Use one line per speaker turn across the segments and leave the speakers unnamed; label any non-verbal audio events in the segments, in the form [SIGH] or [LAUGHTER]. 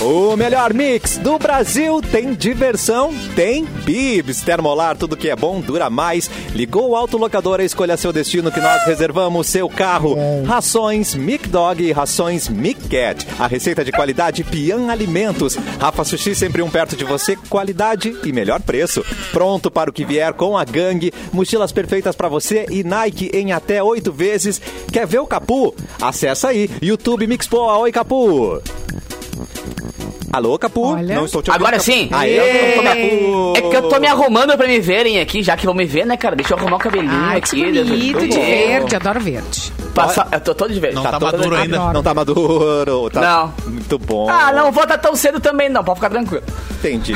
O melhor mix do Brasil tem diversão, tem bibs. Termolar, tudo que é bom dura mais. Ligou o autolocador, escolha seu destino que nós reservamos seu carro. Rações Mic Dog e rações Mic Cat. A receita de qualidade Pian Alimentos. Rafa Sushi sempre um perto de você, qualidade e melhor preço. Pronto para o que vier com a gangue. Mochilas perfeitas para você e Nike em até oito vezes. Quer ver o Capu? Acessa aí, YouTube Mixpoa. Oi, Capu! Alô, Capu?
Olha.
Não estou te ouvindo,
Agora
Capu.
sim.
Aê, Capu!
É que eu tô me arrumando pra me verem aqui, já que vão me ver, né, cara? Deixa eu arrumar o cabelinho
Ai,
aqui.
que bonito,
tudo
de
bom.
verde, adoro verde.
Passa- Eu tô todo de verde.
Não tá
todo-
maduro ainda.
Adoro.
Não tá maduro. Tá
Não.
Muito bom.
Ah, não vou estar tão cedo também, não. Pode ficar tranquilo.
Entendi.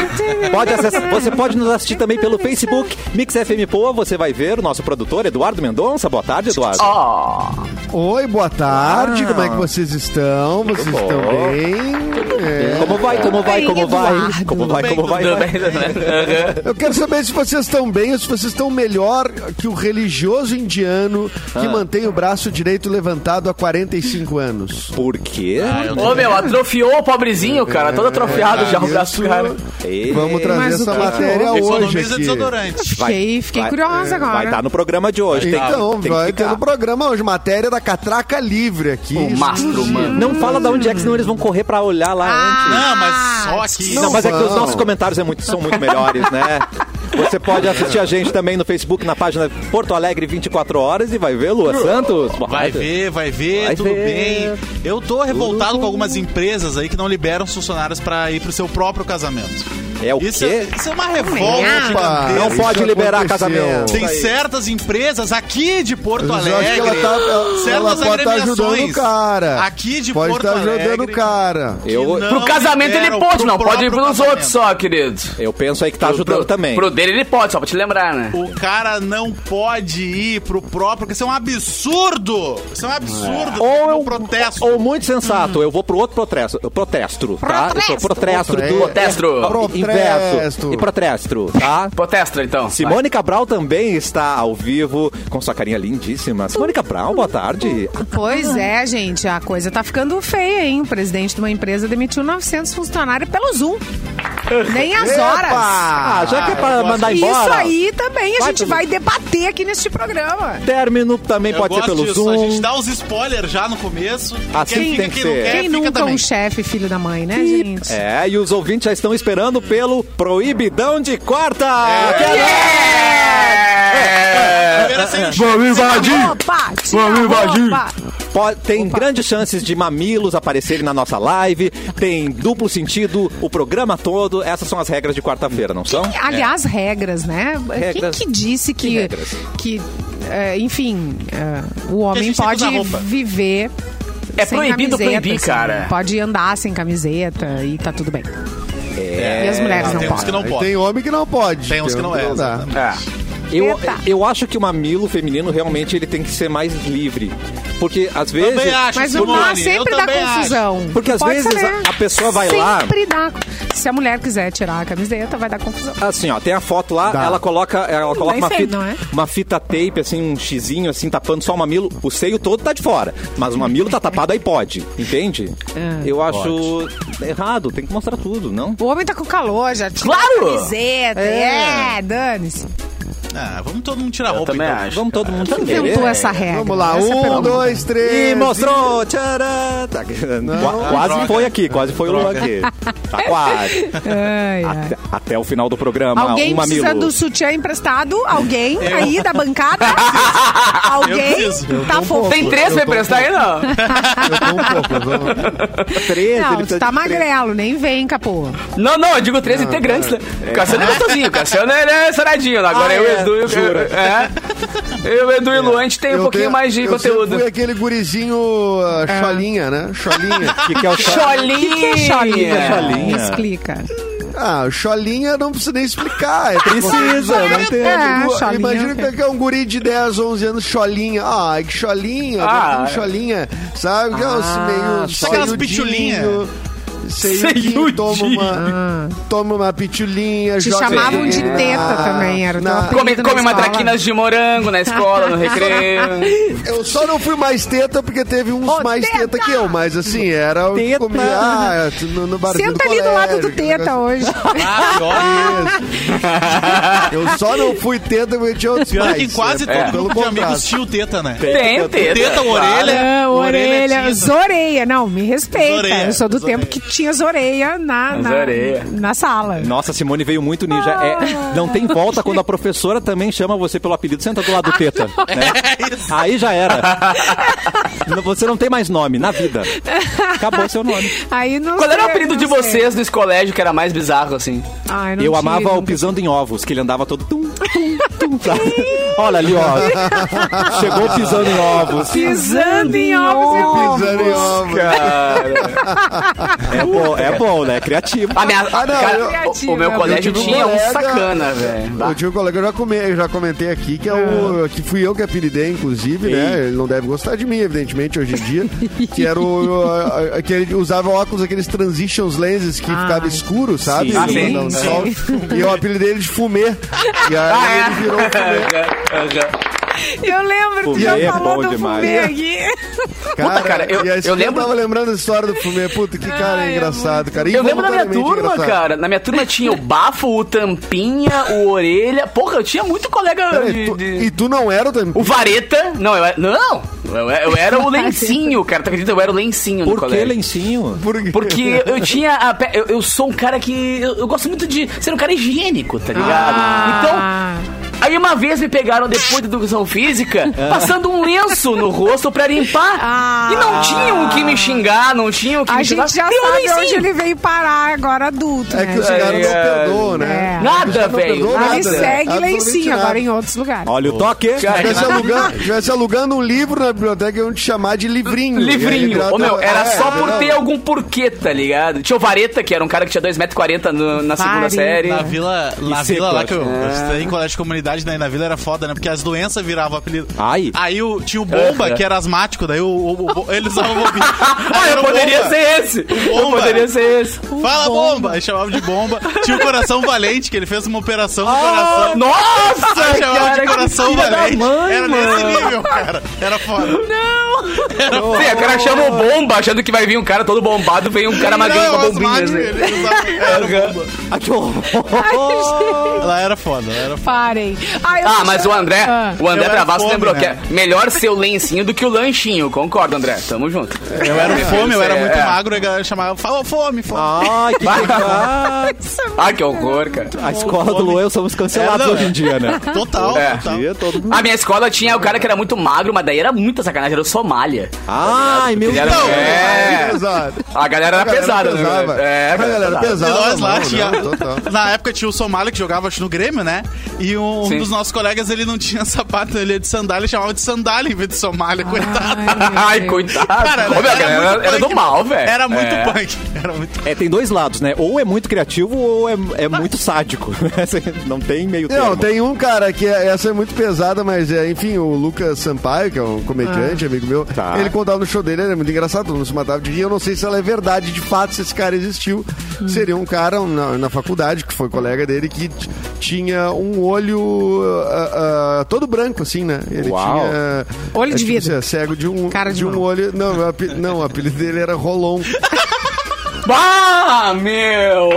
Pode acessar- você pode nos assistir também pelo Facebook Mix FM Poa. Você vai ver o nosso produtor Eduardo Mendonça. Boa tarde, Eduardo.
Ó.
Oi, boa tarde, como é que vocês estão? Vocês
bom.
estão bem? É.
Como vai, como vai, como vai?
Eduardo.
Como vai, como vai?
tudo
vai?
bem, tudo bem.
Eu quero saber se vocês estão bem ou se vocês estão melhor que o religioso indiano que mantém o braço direito levantado há 45 anos.
Por quê?
eu
Ô, meu, atrofiou o pobrezinho, cara. Todo atrofiado já o braço do cara.
Ei,
Vamos trazer
Mas o
essa
que que
matéria
houve?
É hoje
Economiza
aqui.
desodorante.
vai-
Fiquei, fiquei
vai- é,
curiosa agora.
Vai estar no programa de hoje. tem que-
Então,
tem que
vai ter
ficar.
no programa hoje matéria da Catraca Livre aqui.
O mastro, mano.
Não fala de onde é que senão eles vão correr pra olhar lá
Ah,
antes.
Não, mas só aqui.
Não,
Ah, Não
mas é que os
vão.
nossos comentários é muito- são muito melhores, né? Você pode assistir a gente também no Facebook, na página Porto Alegre 24 horas e vai ver Lua Santos. Boa
Vai
tarde.
ver, vai ver,
Vai
tudo
ver.
bem. Eu tô revoltado com algumas
Uhum.
empresas aí que não liberam os funcionários pra ir pro seu próprio casamento.
É o
isso
quê?
É, isso é uma revolta
Opa,
gigantesca.
Não
isso
pode liberar
aconteceu.
casamento.
Tem
Isso aí.
certas empresas aqui de Porto
Mas eu
Alegre.
acho que ela tá- ela- ela
certas
pode estar ajudando
agremiações
o cara.
Aqui de
Pode
Porto
estar
Alegre.
ajudando o cara.
Eu,
é Que não.
Pro casamento ele
liberam,
pode,
pro
não. Pode ir
próprio
pros
casamento.
outros só, querido.
eu penso aí que tá
Pro-
ajudando
pro-
também.
Pro dele ele pode, só pra te lembrar, né?
O cara não pode ir pro próprio, porque isso é um absurdo! Isso é um absurdo!
é
Ou
um
eu-
protesto!
Ou muito sensato, eu vou pro outro protesto, protesto, tá? Eu sou protesto
É.
do
Protesto.
Protesto. inverso
Protesto.
e protesto, tá?
Protesta, então.
Simone Cabral também está ao vivo com sua carinha lindíssima. Simone Cabral, boa tarde.
Pois é, gente, a coisa tá ficando feia, hein? O presidente de uma empresa demitiu 900 funcionários pelo Zoom. Nem as horas.
Ah, já que é pra
eu gosto
mandar
Isso
embora.
aí também a
Vai,
gente
Tudu.
vai debater aqui neste programa.
Término também
Eu
pode ser
gosto
pelo
disso,
Zoom.
A gente dá os spoilers já no começo.
Assim
Quem fica,
tem que
quem
ser.
não quer,
Quem
fica
nunca
também.
um chefe filho da mãe, né, gente?
É, e os ouvintes já estão esperando pelo Proibidão de Quarta.
Primeiro é sem o chefe.
Opa, tira a roupa.
Po- Tem grandes chances de mamilos aparecerem na nossa live, tem duplo sentido, o programa todo. Essas são as regras de quarta-feira, não são?
Aliás, regras, né?
É. Regras.
Quem que disse
Que
que,
regras?
que, é, enfim, é, o homem
gente tem que
pode
usar roupa.
viver
É
sem
proibido
camiseta,
proibir,
assim,
cara.
Pode andar sem camiseta e tá tudo bem.
É.
E as mulheres não
Tem uns
podem.
que não
Aí
podem.
Tem homem que não pode.
Tem uns que não é.
dá.
exatamente.
É.
Eu,
Eita.
eu acho que o mamilo feminino realmente ele tem que ser mais livre. Porque às vezes.
Também acho,
Mas o
Simone.
nó
eu
sempre dá
também acho.
confusão.
Porque às
Pode
vezes
saber.
a- a pessoa vai lá-
Sempre dá. Se a mulher quiser tirar a camiseta, vai dar confusão.
Assim, ó, tem a foto lá,
Dá.
ela coloca, ela coloca
bem
uma,
feio,
fita,
não é?
uma fita tape, assim, um xizinho, assim, tapando só o mamilo. O seio todo tá de fora, mas o mamilo tá tapado, aí pode, entende?
É.
Eu acho errado, tem que mostrar tudo, não?
O homem tá com calor, já tira
Claro!
a camiseta. É,
É.
dane-se.
Ah, vamos todo mundo tirar a roupa.
Também
Então.
acho.
Vamos todo mundo se
Inventou
querer.
essa regra.
Vamos lá,
é
Essa pelo
um,
amor.
dois, três.
E mostrou! Tcharam! Tá- Qua- quase
droga.
foi aqui, quase foi o aqui. Tá
[LAUGHS]
quase.
Ai, ai.
Até, até o final do programa,
É. Alguém
um mamilo.
precisa do sutiã emprestado? Alguém aí
[LAUGHS]
da bancada? Alguém
preciso.
tá fofo.
Tem três pra emprestar aí, não?
Eu tô um pouco, vamos.
Três, ele
Não,
precisa
tu tá
de três.
magrelo, nem vem, capô.
Não, não, eu digo três integrantes, né? O Cassiano é gostosinho, o Cassiano ele é saradinho. né? Agora
Ah,
eu,
é?
Edu e o
Jura?
É. Eu, Edu e o Luan, a gente tem um
Eu
pouquinho
tenho-
mais de
eu sempre
conteúdo. É.
fui aquele gurizinho ah, cholinha, né?
[LAUGHS]
Cholinha.
O que,
[LAUGHS]
que é o
Cholinha!
é, Cholinha. Tá
Me explica.
ah, o cholinha não precisa nem explicar. É
Precisa, não tem.
É, cholinha,
Imagina
ok.
que é um guri de 10, 11 anos, cholinha. Ai, que cholinha,
Ah, é.
ah,
Ah,
cholinha. Sabe? Que é uns meio
aquelas
sorrudinho.
pitulinha.
Seiyuki
Seiyuki.
toma uma, toma uma pitulinha,
Te
joga
Ah.
Ah,
chamavam de
na-
teta também, era o teu
na-
apelido.
Come,
na
come
escola.
matraquinas de morango na escola,
[LAUGHS]
no recreio.
Eu só não fui mais teta porque teve uns
Ô,
mais teta!
teta!
que eu, mas assim, era o que
Teta.
comia ah, no, no barzinho
um
Senta ali do lado do
colégio,
né?
teta hoje. [LAUGHS]
Ah, pior.
Eu só não fui teta porque tinha outros
Pior é
pais,
que
é
em quase
né?
todo
Pelo
grupo de amigos
contraste.
tinha o teta, né?
Tem, teta.
Teta,
claro.
orelha.
Ah,
orelha
orelha,
tinha.
zoreia. Não, me respeita.
Zoreia,
Eu sou do
zoreia.
tempo que tinha zoreia na, na,
Zoreia.
na sala.
Nossa, Simone veio muito ninja.
Ah.
É, não tem volta quando a professora também chama você pelo apelido. Senta do lado do teta.
[LAUGHS] É
né? Aí já era. Você não tem mais nome na vida. Acabou seu nome.
Aí não
Qual era o
sei,
apelido
não
de
sei.
vocês desse colégio que era mais bizarro, assim?
Ai, não
Eu
tive,
amava o
nunca.
pisando em ovos, que ele andava todo tum, tum, tum, sabe? Olha ali, ó. Chegou pisando em ovos.
Pisando em ovos. eu amo.
Pisando em ovos.
Cara.
É bom, é bom, né? Criativo.
A minha-
Ah, não,
cara,
eu-
o, o meu
eu
colégio
tive um
tinha um
colega-
sacana, velho. Bah.
Eu tinha um colega, eu já, come- eu já comentei aqui, que é o. que fui eu que apelidei, inclusive, né? Ele não deve gostar de mim, evidentemente, hoje em dia. que era o. a- a- que ele usava óculos, aqueles transitions lenses que ficava escuro, sabe?
Sim.
No-
Ah, sim,
no- no
Ah, sim. Ah, é.
sol. E eu apelidei ele de fumê. E aí ele virou fumê.
Eu lembro, tu
Fumê
já
é bom
falou do
demais.
fumê aqui.
Cara,
cara, eu-
e aí,
eu lembro-
Eu tava lembrando a história do fumê. Puta, que cara
Ai, é
engraçado, cara.
Eu lembro da minha
Involuntariamente
turma,
engraçado.
cara. Na minha turma tinha o bafo, o tampinha, o orelha. Porra, eu tinha muito colega
Peraí,
de-
tu-
de-
E tu não era o também.
O vareta. Não, eu era. Não! Eu, eu era o lencinho, cara. Tu acredita? Eu era o lencinho no
Por que
colégio.
lencinho?
Porque eu tinha. a pe- eu, eu sou um cara que. Eu, eu gosto muito de ser um cara higiênico, tá ligado?
Ah.
Então. Aí uma vez me pegaram depois da educação física,
Ah.
passando um lenço no rosto pra limpar.
Ah.
E não tinham o que me xingar, não tinham o que
A
me xingar.
gente já
Eu
sabe
lencinho.
onde ele veio parar agora adulto,
É
né?
que os caras não
É.
perdoam, né?
É.
Nada,
Não perdoou
velho.
nada.
nada.
Aí segue
Absolutamente
lencinho,
nada.
agora em outros lugares.
Olha o toque.
Se tivesse alugando, tivesse alugando um livro na biblioteca, iam te chamar de livrinho. E aí
Livrinho.
virava-
Ô, meu, era
Ah, é,
só por
não.
ter algum porquê, tá ligado? Tinha o Vareta, que era um cara que tinha 2,40m no- na segunda
Vareta.
série.
Na vila, na
seco,
vila lá
acho.
que eu, eu
É.
estudei em colégio de comunidade, daí na vila era foda, né? Porque as doenças viravam apelido.
Ai.
Aí o, tinha o Bomba,
Aham.
que era asmático, daí o, o, o- ele usava bombinha.
É. [LAUGHS] Ah,
Aí era
eu
o
poderia
Bomba. Um
ser esse. Eu
Bomba.
poderia ser esse.
Fala bomba! Aí chamava de bomba. Tinha o Coração Valente, que ele fez uma operação no
Ah,
coração.
Nossa,
Aí chamava
cara,
de
que
Coração
filha da
Valente.
mãe,
era nesse
mano.
nível, cara. Era
[LAUGHS]
foda.
Sim, o cara chama o bomba, achando que vai vir um cara todo bombado, vem um cara
Não,
magrinho
é
com
o
a bombinha.
asmático,
Né?
ele [LAUGHS] usava- era bomba.
Ai, que horror.
Lá era foda, lá era foda.
Parem. Ai, eu
Ah,
tô
mas o
chorando.
André,
Ah.
o André
Eu era
Travasso
fome,
lembrou
né?
que é melhor ser o lencinho do que o lanchinho. Concordo, André. Tamo junto.
Eu era um fome, eu era muito
É.
magro, e a galera chamava, falou fome, fome.
Ai, que legal.
Ah, que horror, cara.
A escola do Luan somos cancelados
É, não,
hoje em dia,
[LAUGHS]
né?
Total,
É.
total.
Dia todo mundo-
A minha escola tinha o cara que era muito magro, mas daí era muita sacanagem, era o Somália.
Ai, meu
Ele era-
Deus.
É.
Pesado.
A galera era pesada, né?
pesava.
É,
a galera
pesada.
E
pesava.
nós lá,
não,
tinha-
não, total.
Na época tinha o Somália que jogava acho, no Grêmio, né? E um, um
Sim.
dos nossos colegas, ele não tinha [LAUGHS] sapato, ele ia de sandália, ele chamava de sandália em vez de Somália, coitado.
[LAUGHS] Ai, coitado.
Cara,
Ô, meu, a galera era,
muito
era do
punk.
mal, velho.
Era muito
É.
punk. [LAUGHS] Era muito
É, tem dois lados, né? Ou é muito criativo ou é, é muito sádico. [LAUGHS] Não tem meio termo.
Não, tem um cara que é- essa é muito pesada, mas é, enfim, o Lucas Sampaio, que é um
Ah.
comediante, amigo meu,
Tá.
ele contava no show dele, era muito engraçado, todo mundo se matava de rir. Eu não sei se ela é verdade, de fato, se esse cara existiu.
Hum.
Seria um cara na, na faculdade, que foi colega dele, que t- tinha um olho ah, ah, todo branco, assim, né? Ele
Uau.
tinha.
Olho
é,
de
tipo
vidro.
assim, é cego de um,
Cara de
de um
mal.
olho. Não, o ape- não, o apelido dele era Rolon.
Ah, meu.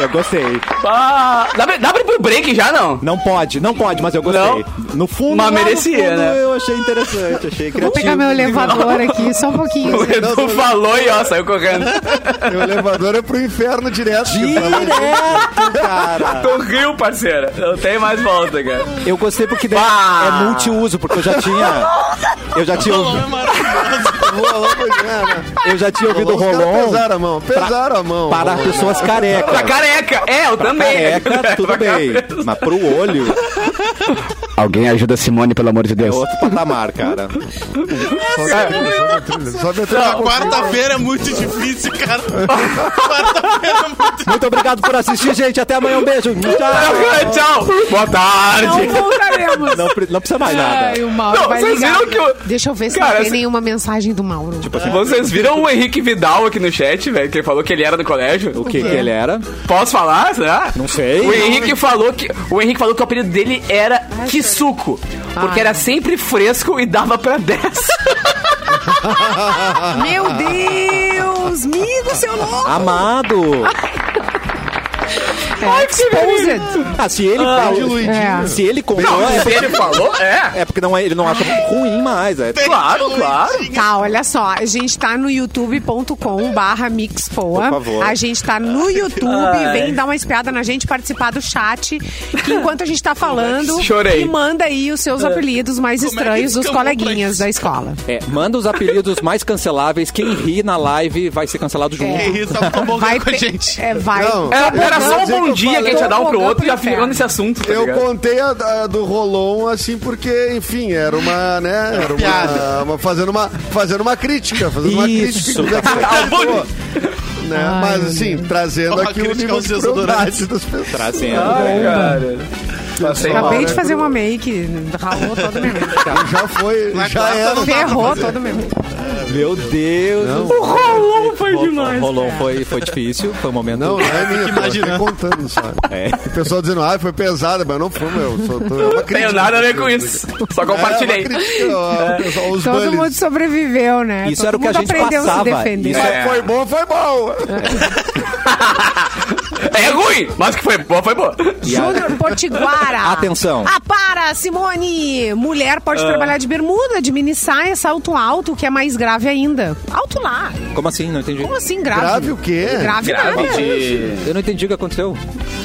Eu gostei.
Ah, dá, pra, dá pra ir pro break já, não?
Não pode, não pode, mas eu gostei.
Não.
No fundo,
Mas
lá no
merecia,
fundo,
né?
eu achei interessante, achei criativo.
Vou pegar meu
né?
elevador aqui, só um pouquinho.
O Edu falou e ó, saiu correndo.
o elevador é pro inferno direto.
Direto, cara.
Tu riu, parceira. Não tem mais volta, cara.
Eu gostei porque daí
Bah.
é multiuso, porque eu já tinha. Eu já tinha, ouvi-
Rolon, pois é, né?
eu já tinha ouvido o
Os caras
Rolon
Pesaram a mão, pesaram a mão.
para pessoas
Pra
carecas.
careca. É, eu também.
Careca, tudo
[LAUGHS] Pra
bem.
cabeça.
Mas pro olho
Alguém ajuda a Simone, pelo amor de
é
Deus.
outro patamar, cara. tá
Sobe a trilha, sobe a trilha, sobe a trilha.
Na quarta-feira é muito difícil, cara. [LAUGHS] Quarta-feira é muito
Muito obrigado por assistir, gente. Até amanhã. Um beijo. Tchau.
Tchau. Boa
Não
tarde.
voltaremos.
Não, pre- não precisa mais nada.
Ai, o Mauro
Não,
vai
vocês
ligar.
viram que eu-
Deixa eu ver se
Cara,
não tem
se-
nenhuma mensagem do do Mauro.
Tipo assim,
Vocês viram o Henrique Vidal aqui no chat, velho? Que ele falou que ele era do colégio?
o que que ele era?
Posso falar? Será?
Não sei.
O Henrique falou que o Henrique falou que o apelido dele era Kisuko, porque era sempre fresco e dava pra 10. ah,
Meu Deus! Migo, seu louco!
Amado!
É, exposed.
Ah, se ele
diluidinho.
É.
Se ele comprou, é,
ele falou? É.
é porque não, é- ele não acha ruim mais. É.
Claro, claro.
Tá, olha só, a gente tá no youtube.com barra mixpoa.
Por favor.
A gente tá no YouTube, vem dar uma espiada na gente, participar do chat, que enquanto a gente tá falando,
Chorei.
e manda aí os seus apelidos mais
Como é que
estranhos dos
escamou pra
coleguinhas
isso?
da escola.
É, manda os apelidos mais canceláveis. Quem ri na live vai ser cancelado junto.
Que isso, tá tão bom
É. Vai,
com a
pe-
gente.
É, vai.
Não.
É, era
Eu
só um
vou dizer que
bom
eu
dia que a gente ia dar um pro
falei-
outro e já
Tô
virou nesse assunto, tá
Eu
ligado?
contei a, da- do Rolon assim porque, enfim, era uma, né? Era uma,
Piada.
uma- fazendo uma fazendo uma crítica, fazendo uma
Isso.
crítica.
[LAUGHS]
Acabou.
Né? Mas assim, trazendo
Uma
aqui o
crítica
nível
aos
de
desodorantes.
crueldade das pessoas.
Trazendo. né,
Passei mal,
Acabei
né?
de fazer uma make, ralou todo o meu medo.
Tá.
Já foi,
Na
já
quarta
era.
não
Ferrou todo o meu medo.
Meu Deus.
Não.
O Rolon
foi demais,
Rolon foi, foi difícil. Foi um momento.
Não, não é minha, pô, eu
imaginando.
fiquei contando, sabe?
É.
O pessoal dizendo, ah, foi pesada, mas não foi, meu. Só tô, é uma crítica.
Tenho nada a ver com isso. É. Só
É, uma
compartilhei.
crítica, ó, o pessoal, os
Todo
bullies.
mundo sobreviveu, né?
Isso
Todo
era o que a
mundo
gente
aprendeu
passava.
se defender.
Isso
Mas Foi bom, foi bom.
É ruim, mas que foi boa, foi boa.
E a-
Júnior Potiguara.
Atenção.
Ah, para, Simone. Mulher
Ah.
pode trabalhar de bermuda, de mini saia, salto alto, o que é mais grave ainda. Alto lá.
Como assim? Não entendi.
Como assim grave?
Grave o quê?
Grave,
Grave
nada.
de.
Eu não entendi o que aconteceu.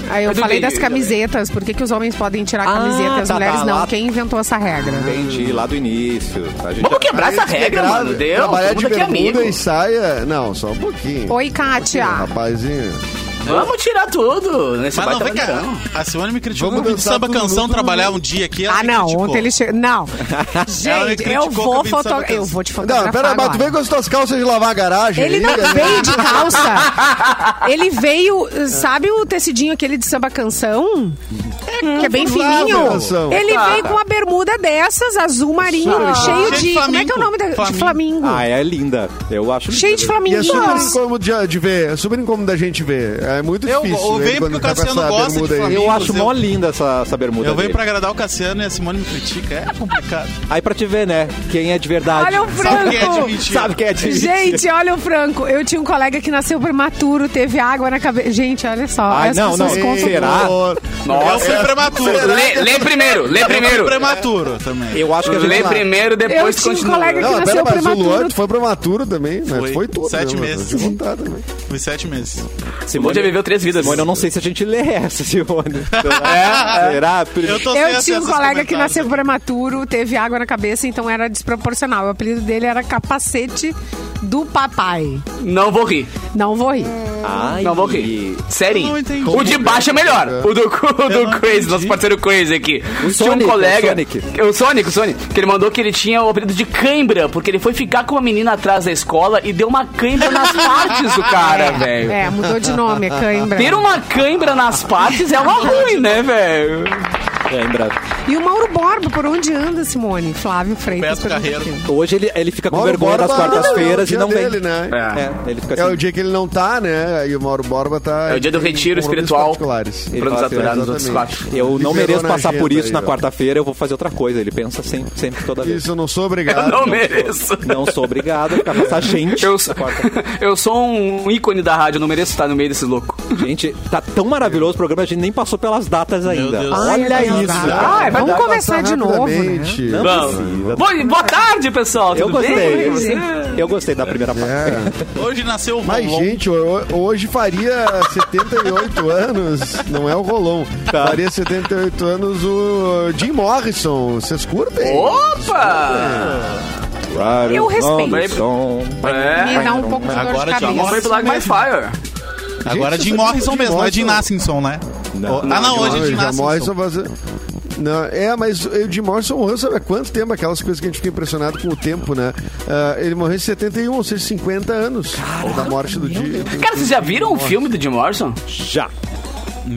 Aí eu
Mas do
falei
meio,
das
né?
camisetas. Por que, que os homens podem tirar
Ah,
camisetas e as
tá,
mulheres
tá,
não?
lá-
Quem inventou essa regra?
Entendi, lá do início. A gente
Vamos
já-
quebrar essa
Isso que é
regra,
grave.
mano. Deu.
Trabalhar
Todo
de
mundo aqui é amigo.
bermuda e saia... Não, só um pouquinho.
Oi, Kátia.
Rapazinho.
Vamos tirar tudo nesse
Mas não,
baita
vem cá.
balcão.
A Simone me criticou
Vamos
no vídeo de
dançar
samba
tudo
canção
junto.
trabalhar um dia aqui. ela
Ah,
me
não.
criticou.
Ontem ele chegou. Não.
Ela me
Gente, eu
criticou que
vou
eu vim de Santa
fotografar.
Catarina.
Eu vou te
Não,
fotografar.
pera, mas tu
agora.
veio com as tuas calças de lavar a garagem.
Ele não
aí, né?
veio de calça. Ele veio, sabe o tecidinho aquele de samba canção? que é bem
lá,
fininho.
meu canção.
Ele veio com uma bermuda dessas, azul marinho, cheio
Cheio
de.
de
Como é que é o nome da, de
flamingo.
flamingo?
Ah, é linda. Eu acho
Cheio de
E é
flaminguinhos.
super incômodo de, de ver, é super incômodo da gente ver. É muito
Eu-
difícil.
eu
ver
venho
quando
porque o
tá com
Cassiano
essa
gosta de
bermuda aí.
Flamengo.
Eu acho
Inclusive-
mó linda essa, essa bermuda.
Eu venho
dele.
pra agradar o Cassiano e a Simone me critica. É complicado.
Aí pra te ver, né? Quem é de verdade.
Olha o
Sabe quem é de
Franco!
mentira?
Sabe quem é de
Gente, olha o Franco. Eu tinha um colega que nasceu prematuro, teve água na cabeça. Gente, olha só.
Ai,
as
não,
pessoas
não.
contam-
Será?
Horror.
eu fui
Nossa.
prematuro. né?
Lê, lê primeiro, lê
Eu
primeiro.
fui prematuro também.
Eu acho que a gente
Lê
tá-
primeiro,
Eu
depois
tinha um
continua.
colega que
Não,
nasceu
pera, mas o Luan
prematuro.
tu foi prematuro também, né? Foi,
Foi.
foi tudo.
Sete
né, mano?
meses.
De vontade também.
Fui sete meses.
Simone,
Simone já viveu três vidas.
Simone, eu não sei se a gente lê essa, Simone. Será?
Eu tô sem
Eu tinha um
acesso aos
colega que
comentários. né?
nasceu prematuro, teve água na cabeça, então era desproporcional. O apelido dele era capacete do papai.
Não vou rir.
Não vou rir.
Ai,
Não vou rir. Sério.
Não entendi.
O de baixo é melhor. O do, o
Eu
do
não
Crazy,
entendi.
nosso parceiro Crazy aqui.
O
Tinha
Sonic,
um colega.
o Sonic.
O Sonic, o Sonic. Que ele mandou que ele tinha o apelido de cãibra, porque ele foi ficar com uma menina atrás da escola e deu uma cãibra nas partes do cara,
é,
velho.
É, mudou de nome, é cãibra.
Ter uma cãibra nas partes é uma ruim, né, velho?
Lembra.
E o Mauro Borba, por onde anda, Simone? Flávio Freitas.
Beto
pergunta
Carreiro.
aqui.
Hoje ele, ele fica com
Mauro
vergonha
Borba
nas quartas-feiras
é
e
o
não
dia
vem.
dele, né?
É, ele fica
É o
assim.
dia que ele não tá, né? Aí o Mauro Borba tá.
É o dia do
tem
retiro
compromissos
espiritual.
particulares.
Ele
Pra nos
fala assim,
aturar nos outros
exatamente.
quatro.
Eu não
Liberou
mereço
na
passar por
agenda
isso na
aí, ó.
quarta-feira, eu vou fazer outra coisa. Ele pensa sempre, sempre toda vez.
Isso eu não sou obrigado.
Eu [LAUGHS] não mereço.
Não sou obrigado a ficar
[LAUGHS]
passar gente.
Eu,
na quarta-feira.
[LAUGHS] eu sou um ícone da rádio, eu não mereço estar no meio desse louco.
Gente, tá tão maravilhoso o programa, a gente nem passou pelas datas ainda.
Deus.
Olha
Ai,
isso.
Ah, é vamos conversar de novo, né?
né?
Bom, boa, boa tarde, pessoal.
Eu
Tudo
gostei.
bem? Você-
Eu gostei da primeira parte.
É.
Hoje nasceu o
Mas,
Tá
Rolon.
gente, ho- hoje faria 78 anos, não é o Rolon,
Tá.
faria 78 anos o Jim Morrison. Vocês curtem?
Opa!
Eu respeito.
É.
Me dá um pouco de dor
Agora
de
te amor,
cabeça.
Foi pro Lag My Fire.
Agora
Gente,
Jim
você
Morrison
tá
mesmo, não é Jim
Morrison.
Nascimson, né?
Não.
Oh, ah, não, hoje é Jim
Jim Morrison
Nascimson.
então.
fazer... Não, é, mas o Jim Morrison morreu, sabe há quanto tempo? Aquelas coisas que a gente fica impressionado com o tempo, né? Ah, ele morreu em 71, ou seja, 50 anos da morte do Jim. é
Cara, vocês já viram o filme do Jim Morrison?
Já.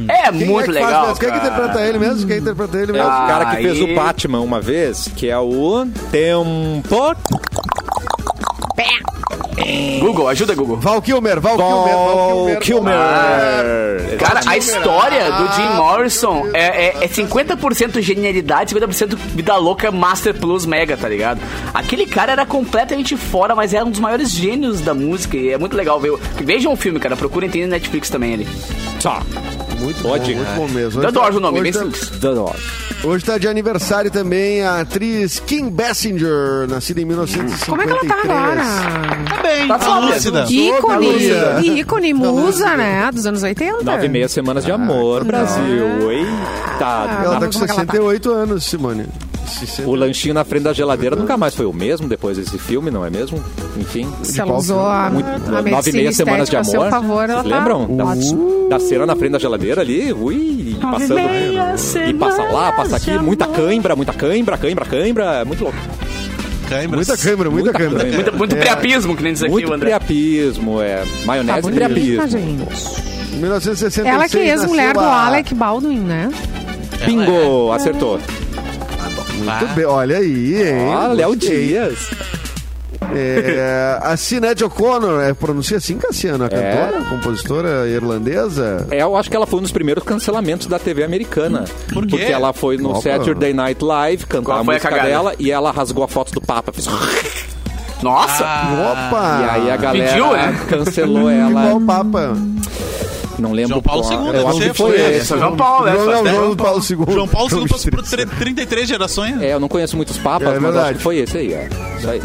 É
Quem
muito
é que faz
legal.
mesmo? Quem é que
cara.
interpreta ele mesmo? Quem interpreta ele
É
mesmo?
o cara que
Aí.
fez o Batman uma vez, que é o Tempo.
Google, ajuda Google.
Val Kilmer, Val Kilmer, Val Kilmer. Ah,
Ah.
Cara, a história do Jim Morrison é, é, é 50% genialidade, 50% vida louca, Master Plus Mega, tá ligado? Aquele cara era completamente fora, mas era um dos maiores gênios da música e é muito legal ver. o- Vejam o filme, cara, procurem, tem no Netflix também ali.
Só.
Muito
Pode.
bom, muito bom mesmo.
Da Doors o nome,
hoje
bem
tá,
simples.
hoje tá de aniversário também a atriz Kim Basinger, nascida em 1953.
Como é que ela tá agora?
Tá bem,
Tá
tá
foda.
lúcida.
Lúcia.
Ícone, ícone, musa,
Lúcia.
né? Dos anos 80.
Nove e meia semanas
Ah,
de amor, Brasil. Eita.
Ela tá com
Como é que ela tá?
68 anos, Simone. 60.
O lanchinho na frente da geladeira nunca mais foi o mesmo depois desse filme, não é mesmo? Enfim.
Se ela
qual
usou
filme?
a,
Muito,
a
nove e
medicina
meia semanas de
estética a
amor.
seu favor, ela
Vocês
tá
lembram?
ótima.
Da, da cena na frente da geladeira ali, ui, e passando. E passa lá, passa aqui, muita cãibra, muita cãibra, cãibra, cãibra. É muito louco.
Câimbras.
Muita câmera, muita,
Muita
câmera.
câmera.
Muito, muito priapismo, que nem diz aqui o
Muito
André.
priapismo, é.
Tá
Maionese e
bonita,
priapismo.
gente.
1966.
Ela que é ex-mulher do
nasceu a-
Alec Baldwin, né? É.
Bingo, acertou.
Muito bem, olha aí, hein?
Ah, Léo
Gostei.
Dias.
É, a Sinead O'Connor, é, pronuncia assim, Cassiano, a cantora, compositora irlandesa.
É, eu acho que ela foi um dos primeiros cancelamentos da TV americana. Por
quê?
Porque ela foi no
Opa.
Saturday Night Live cantar
Qual
a
foi a
música
cagada?
dela e ela rasgou a foto do Papa. Fez... um
[LAUGHS] Nossa!
Opa!
Ah, e aí a galera
Pediu, né?
cancelou
[LAUGHS] Igual
ela.
o Papa.
Não lembro
João Paulo
qual.
II,
né?
eu acho
você
que foi
foi.
esse.
Só João Paulo, né?
Não,
Só-
não, João Paulo II.
João é Paulo
Não,
II passou por
isso.
tre- 33 gerações. né?
É, eu não conheço muitos papas,
É
mas eu acho
verdade.
que foi esse aí. É. Isso aí.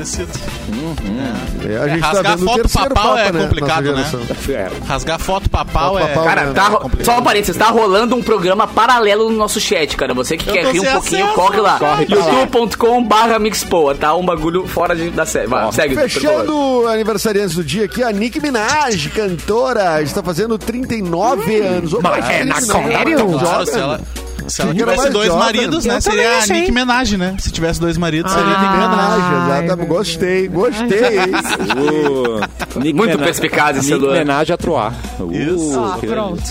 É, a gente tá
rasgar
vendo o
foto do
terceiro
papal
Papa,
é
né,
complicado,
nossa
né?
geração.
É.
Rasgar foto papal
Foto
é...
papal.
Cara, tá, ro- só um parênteses, tá rolando um programa paralelo no nosso chat, cara. Você que
Eu
quer
tô
rir um
sem
pouquinho,
acesso,
corre lá.
corre
pra lá.
youtube.com barra mixpoa, tá? Um bagulho fora de- da série. Vai, segue.
Fechando o aniversariante do dia aqui, a Nicki Minaj, cantora, está fazendo 39 anos. Ô,
Mas é
Nicki
na
Minaj,
sério?
tão
Claro,
jovem.
se ela, se ela
Que era
tivesse
mais
dois
jovem.
maridos, né?
Eu
Seria
também
a Nick
achei. Ah.
Minaj, né? Se tivesse dois maridos, seria a Nick Minaj.
Minaj,
Ai,
exato.
meu
Gostei,
[LAUGHS]
gostei. hein?
[LAUGHS]
O Nick
Muito
Mena-
perspicaz esse
Nick
Luan.
Menage a Troar. Uh,
Isso.
Ah, pronto.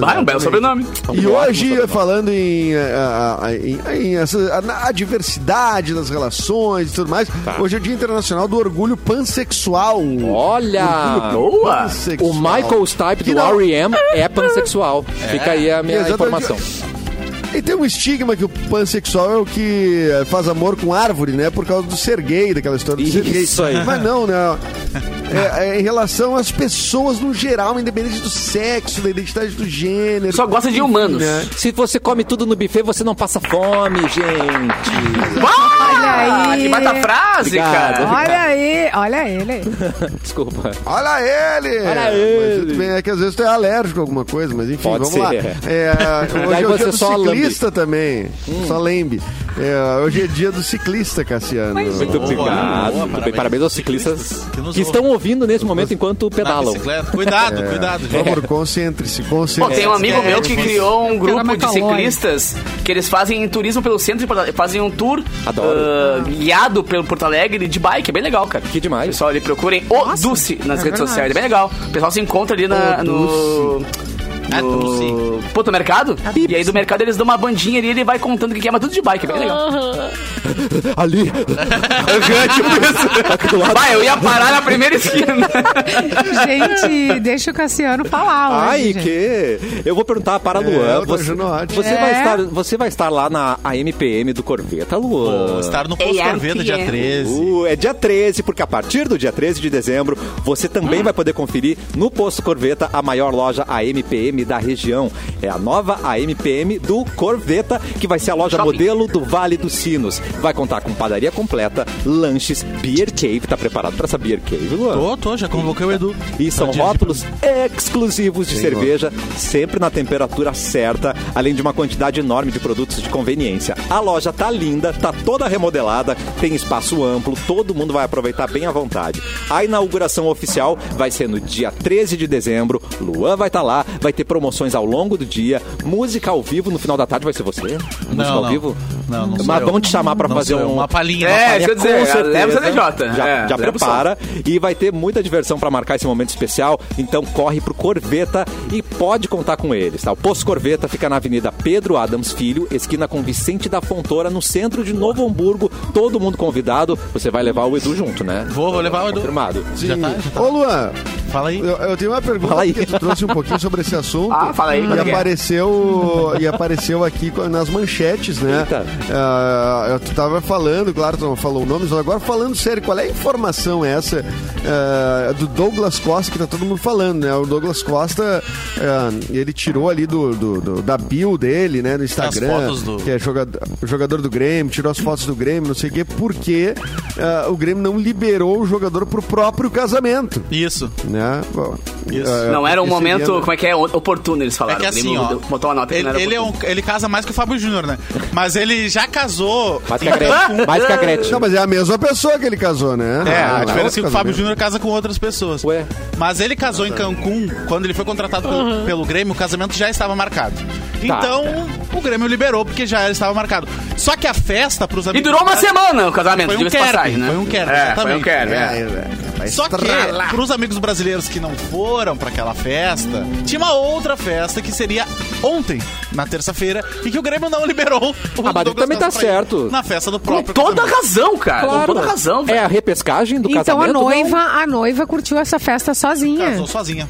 Vai, um belo sobrenome.
E
Ótimo
hoje,
sobrenome.
falando em, ah, ah, em, em essa- na- a diversidade das relações e tudo mais, hoje é o Dia Internacional do Orgulho Pansexual.
Olha!
Boa!
Pansexual.
O Michael Stipe
Que
do
não-
R.E.M. é pansexual. Fica aí a minha
Exatamente.
informação.
E tem um estigma que o pansexual é o que faz amor com árvore, né? Por causa do ser gay, daquela história do ser gay.
Isso aí.
Mas não, não. É, é em relação às pessoas no geral, independente do sexo, da identidade do gênero.
Só gosta de humanos.
né?
Se você come tudo no buffet, você não passa fome, gente.
Olha
aí.
Que bata frase,
Obrigado.
cara.
Olha aí, olha ele.
Desculpa.
Olha ele!
Olha
Mas
ele!
tudo bem, é que às vezes tu é alérgico a alguma coisa, mas enfim,
Pode
vamos
ser.
lá.
[LAUGHS]
É, hoje
Daí
é o
você
dia do
só lambe. Hum.
ciclista também. Só lembre. É, hoje é dia do ciclista, Cassiano.
é. Muito
Boa,
obrigado.
boa,
Muito bem.
parabéns.
Parabéns aos ciclistas
Que nos
que estão ouvindo nesse momento enquanto
Na
pedalam.
bicicleta.
É.
Cuidado, cuidado.
Por favor, concentre-se,
Pô,
concentre-se.
tem um amigo
é,
meu que
é,
criou um grupo
mais
de
calor, hein?
ciclistas que eles fazem turismo pelo centro, de Porto Alegre, fazem um tour
Adoro.
ah, guiado pelo Porto Alegre de bike, é bem legal, cara.
Que demais.
Pessoal, ali procurem o
Nossa,
Duce nas
é
redes
verdade.
sociais, é bem legal. O pessoal se encontra ali na,
O
no...
É,
No... Puto mercado? E aí do mercado eles dão uma bandinha ali e ele vai contando o que que é, mas tudo de bike, é bem legal.
Ali. tipo isso.
Vai, eu ia parar na primeira esquina.
[LAUGHS]
Gente, deixa o Cassiano falar. hoje,
Ai,
gente.
que. Eu vou perguntar para a
eu
Luan.
tô
Você,
achando ótimo.
você
É.
vai estar, você vai estar lá na AMPM do Corveta, Luan.
Vou estar no Posto
É,
Corveda dia
é.
13.
Uh, é dia 13, porque a partir do dia 13 de dezembro, você também vai poder conferir no Posto Corveta a maior loja AMPM da região. É a nova AMPM do Corveta, que vai ser a loja
Shopping.
modelo do Vale dos Sinos. Vai contar com padaria completa, lanches, beer cave. Tá preparado pra essa beer cave, Luan?
Tô, tô, já convoquei o Edu.
E são
Dia de-
rótulos exclusivos de cerveja, sempre na temperatura certa, além de uma quantidade enorme de produtos de conveniência. A loja tá linda, tá toda remodelada, tem espaço amplo, todo mundo vai aproveitar bem à vontade. A inauguração oficial vai ser no dia 13 de dezembro. Luan vai estar lá, vai ter ter promoções ao longo do dia, música ao vivo no final da tarde vai ser você? música ao
não.
vivo?
Não, não sou
Mas
eu.
vamos te chamar pra
Não
fazer
sou eu.
um-
uma palhinha.
É,
uma palhinha.
deixa eu dizer,
com
leva o
certeza.
CDJ.
Já,
É,
já
leva o
prepara. E vai ter muita diversão pra marcar esse momento especial. Então corre pro Corveta e pode contar com eles. Tá? O Posto Corveta fica na Avenida Pedro Adams Filho, esquina com Vicente da Fontoura, no centro de Novo Hamburgo. Todo mundo convidado. Você vai levar o Edu junto, né?
Vou, vou levar o Edu.
Confirmado.
Sim.
Já tá, já tá.
Ô, Luan,
Fala aí.
eu, eu tenho uma pergunta
Fala aí.
porque tu trouxe um pouquinho sobre esse assunto.
Ah, fala aí,
E
como é que é?
apareceu, e apareceu aqui co- nas manchetes, né?
Eita.
Ah, eu- tu tava falando, claro, tu não falou o nome, mas agora falando sério, qual é a informação essa ah, do Douglas Costa, que tá todo mundo falando, né? O Douglas Costa, ah, ele tirou ali do, do- do- da bio dele, né? No Instagram,
fotos do-
que é jogador, jogador do Grêmio, tirou as fotos do Grêmio, não sei o quê, porque ah, o Grêmio não liberou o jogador pro próprio casamento
Isso.
né? Bom,
Isso.
é,
Não era um
porque
momento,
seria-
como é que é? Oportuno, eles
É
falaram.
que
O
assim,
Grêmio
ó.
deu- botou uma nota que
Ele,
não era
ele é um,
oportuno.
ele casa mais que o Fábio Júnior, né? Mas ele já casou.
Mais que é a Gretchen. Mais que a Gretchen.
Não, mas é a mesma pessoa que ele casou, né?
É,
Não,
a
não
diferença é que
outro
o Fábio
casamento.
Júnior casa com outras pessoas.
Ué.
Mas ele casou em Cancún, quando ele foi contratado pelo,
Uhum.
pelo Grêmio, o casamento já estava marcado.
Tá,
Então, o Grêmio liberou, porque já estava marcado. Só que a festa pros
E
amigos.
durou uma semana o casamento,
um Foi um
diga-se de
querbe,
passagem, né?
foi um querbe,
é, Foi um
exatamente.
querbe, é.
É, é, é,
Só que,
Estralar.
pros amigos brasileiros que não foram pra aquela festa, tinha uma outra festa que seria ontem, na terça-feira, e que o Grêmio não liberou. O
Ah, mas
Douglas
também tá
Costa pra ir
certo.
Na festa do
Com
próprio.
toda
casamento.
razão, cara. Com toda razão,
É
velho.
a repescagem do
Então
casamento.
a
não?
noiva, a noiva curtiu essa festa sozinha.
Casou sozinha.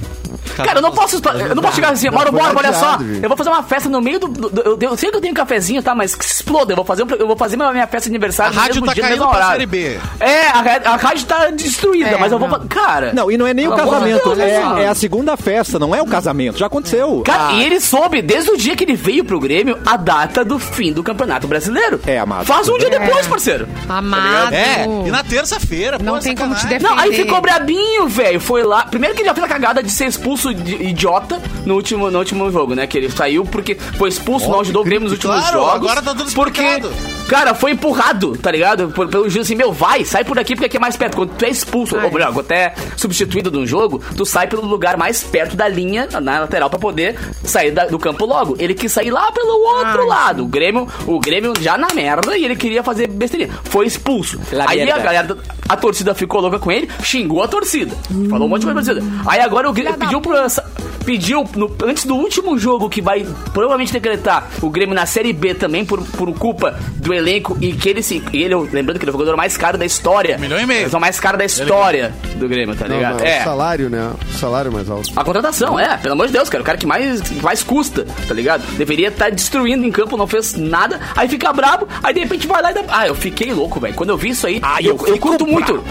Cara, eu não posso, eu não posso chegar assim, Mauro
foi
Borba, olha
adiado,
só.
gente.
Eu vou fazer uma festa no meio do. do- do- eu, eu sei que eu tenho um cafezinho, tá? Mas que se exploda, eu vou fazer, um- eu vou fazer minha, minha festa de
A
aniversário no
rádio
mesmo
tá
dia, no
caindo
mesmo
pra
horário.
série B.
É, a, ra- a rádio tá destruída,
É,
mas eu vou.
não.
fa- Cara.
Não, e não é nem o
pelo amor de
casamento,
Deus, olha só.
é, é a segunda festa, não é o casamento. Já aconteceu.
Cara, e ele soube, desde o dia que ele veio pro Grêmio, a data do fim do Campeonato Brasileiro.
É, amado.
Faz um dia
É.
depois, parceiro.
Amado.
É, e na terça-feira, pô,
Não
é
tem como te
sacanagem.
defender.
Não, aí ficou brabinho, velho. Foi lá. Primeiro que ele já fez a cagada de ser expulso de idiota no último, no último jogo, né? Que ele saiu porque foi expulso, não ajudou o Grêmio nos últimos
claro,
jogos.
agora tá tudo
porque,
explicado.
Cara, foi empurrado, tá ligado? Por- pelo juiz assim, meu, vai, sai por aqui porque aqui é mais perto. Quando tu é expulso,
Ai.
ou melhor, quando tu é substituído de um jogo, tu sai pelo lugar mais perto da linha, na lateral, pra poder sair da- do campo logo. Ele quis sair lá pelo outro
Ai.
lado. O Grêmio, o Grêmio já na merda e ele queria fazer besteirinha. Foi expulso.
La
aí
merda.
a galera, da- a torcida ficou louca com ele, xingou a torcida. Falou um monte de coisa pra torcida. Aí agora o Grêmio pediu pro. essa- Pediu, no- antes do último jogo que vai provavelmente decretar o Grêmio na Série B também por, por culpa do elenco e que ele se. e ele, lembrando que ele é o jogador mais caro da história.
Um milhão e meio.
É o mais caro da história do Grêmio, tá
Não,
ligado?
não,
é.
O salário, né? O salário mais alto.
A contratação, é, pelo amor de Deus, cara. O cara que mais, que mais custa, tá ligado? Deveria estar destruindo em campo, não fez nada. Aí fica brabo, aí de repente vai lá e dá. Ah, eu fiquei louco, velho. Quando eu vi isso aí,
Ah, eu
eu, eu,
fico
curto
bravo. [LAUGHS]
muito.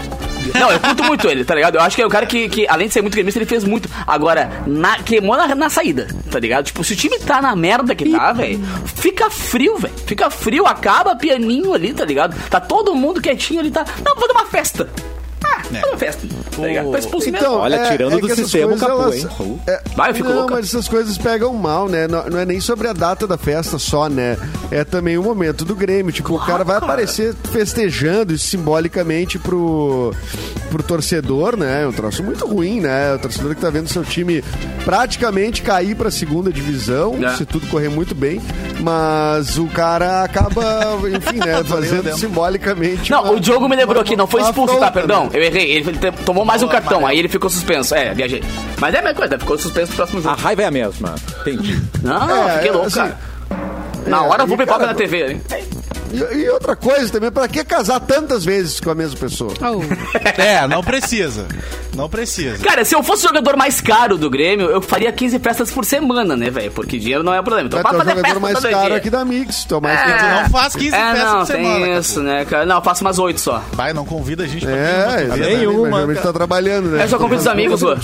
Não, eu curto muito ele, tá ligado? Eu acho que é o cara que, que, além de ser muito gremista, ele fez muito. Agora, na, queimou na, na saída, tá ligado? Tipo, se o time tá na merda que tá, velho, fica frio, velho. Fica frio, acaba pianinho ali, tá ligado? Tá todo mundo quietinho ali, tá. Não, vou fazer uma festa. Ah,
É.
vou fazer uma festa, tá ligado? Tá expulso mesmo.
Olha, tirando do
então, é, que essas
sistema o
coisas,
Capu,
elas-
hein?
é-
Vai, eu fico
não,
louca.
mas essas coisas pegam mal, né? Não, não é nem sobre a data da festa só, né? É também o momento do Grêmio. Tipo,
Ah,
o cara vai aparecer festejando isso simbolicamente pro, pro torcedor, né? É um troço muito ruim, né? O torcedor que tá vendo seu time praticamente cair pra segunda divisão,
É.
se tudo correr muito bem. Mas o cara acaba, enfim,
[LAUGHS]
né? Fazendo simbolicamente.
Não,
uma-
o Diogo me lembrou
uma-
aqui, não foi
Tipo, uma
expulso, tá?
afronta,
Perdão,
né?
eu errei. Ele ele te- tomou mais um
Bola,
cartão,
amarelo.
aí ele ficou suspenso. É, viajei. Mas é a mesma coisa, ficou suspenso pro próximo
A
jogo.
raiva é a mesma. Entendi.
Não, não,
é,
fiquei louco,
assim,
cara. Na
é,
hora eu vou
e,
pipoca
cara,
na TV, hein?
E, e outra coisa também, pra que casar tantas vezes com a mesma pessoa?
[LAUGHS]
Oh.
É, não precisa. Não precisa.
Cara, se eu fosse o jogador mais caro do Grêmio, eu faria 15 festas por semana, né, velho? Porque dinheiro não é o problema. Então
Vai
pode
ter
fazer
o Né? um jogador
festa
mais
todo
caro
dia.
aqui da Mix, tu é o mais
Tu
caro.
não faz 15
É,
festas
não,
por semana.
tem
Capu.
isso, né, cara? Não, eu faço umas 8 só.
Vai, não convida a gente pra vir
É,
junto, né?
exatamente,
Nenhuma,
mas geralmente
cara.
tá trabalhando, né?
Eu só convido os amigos, Lu.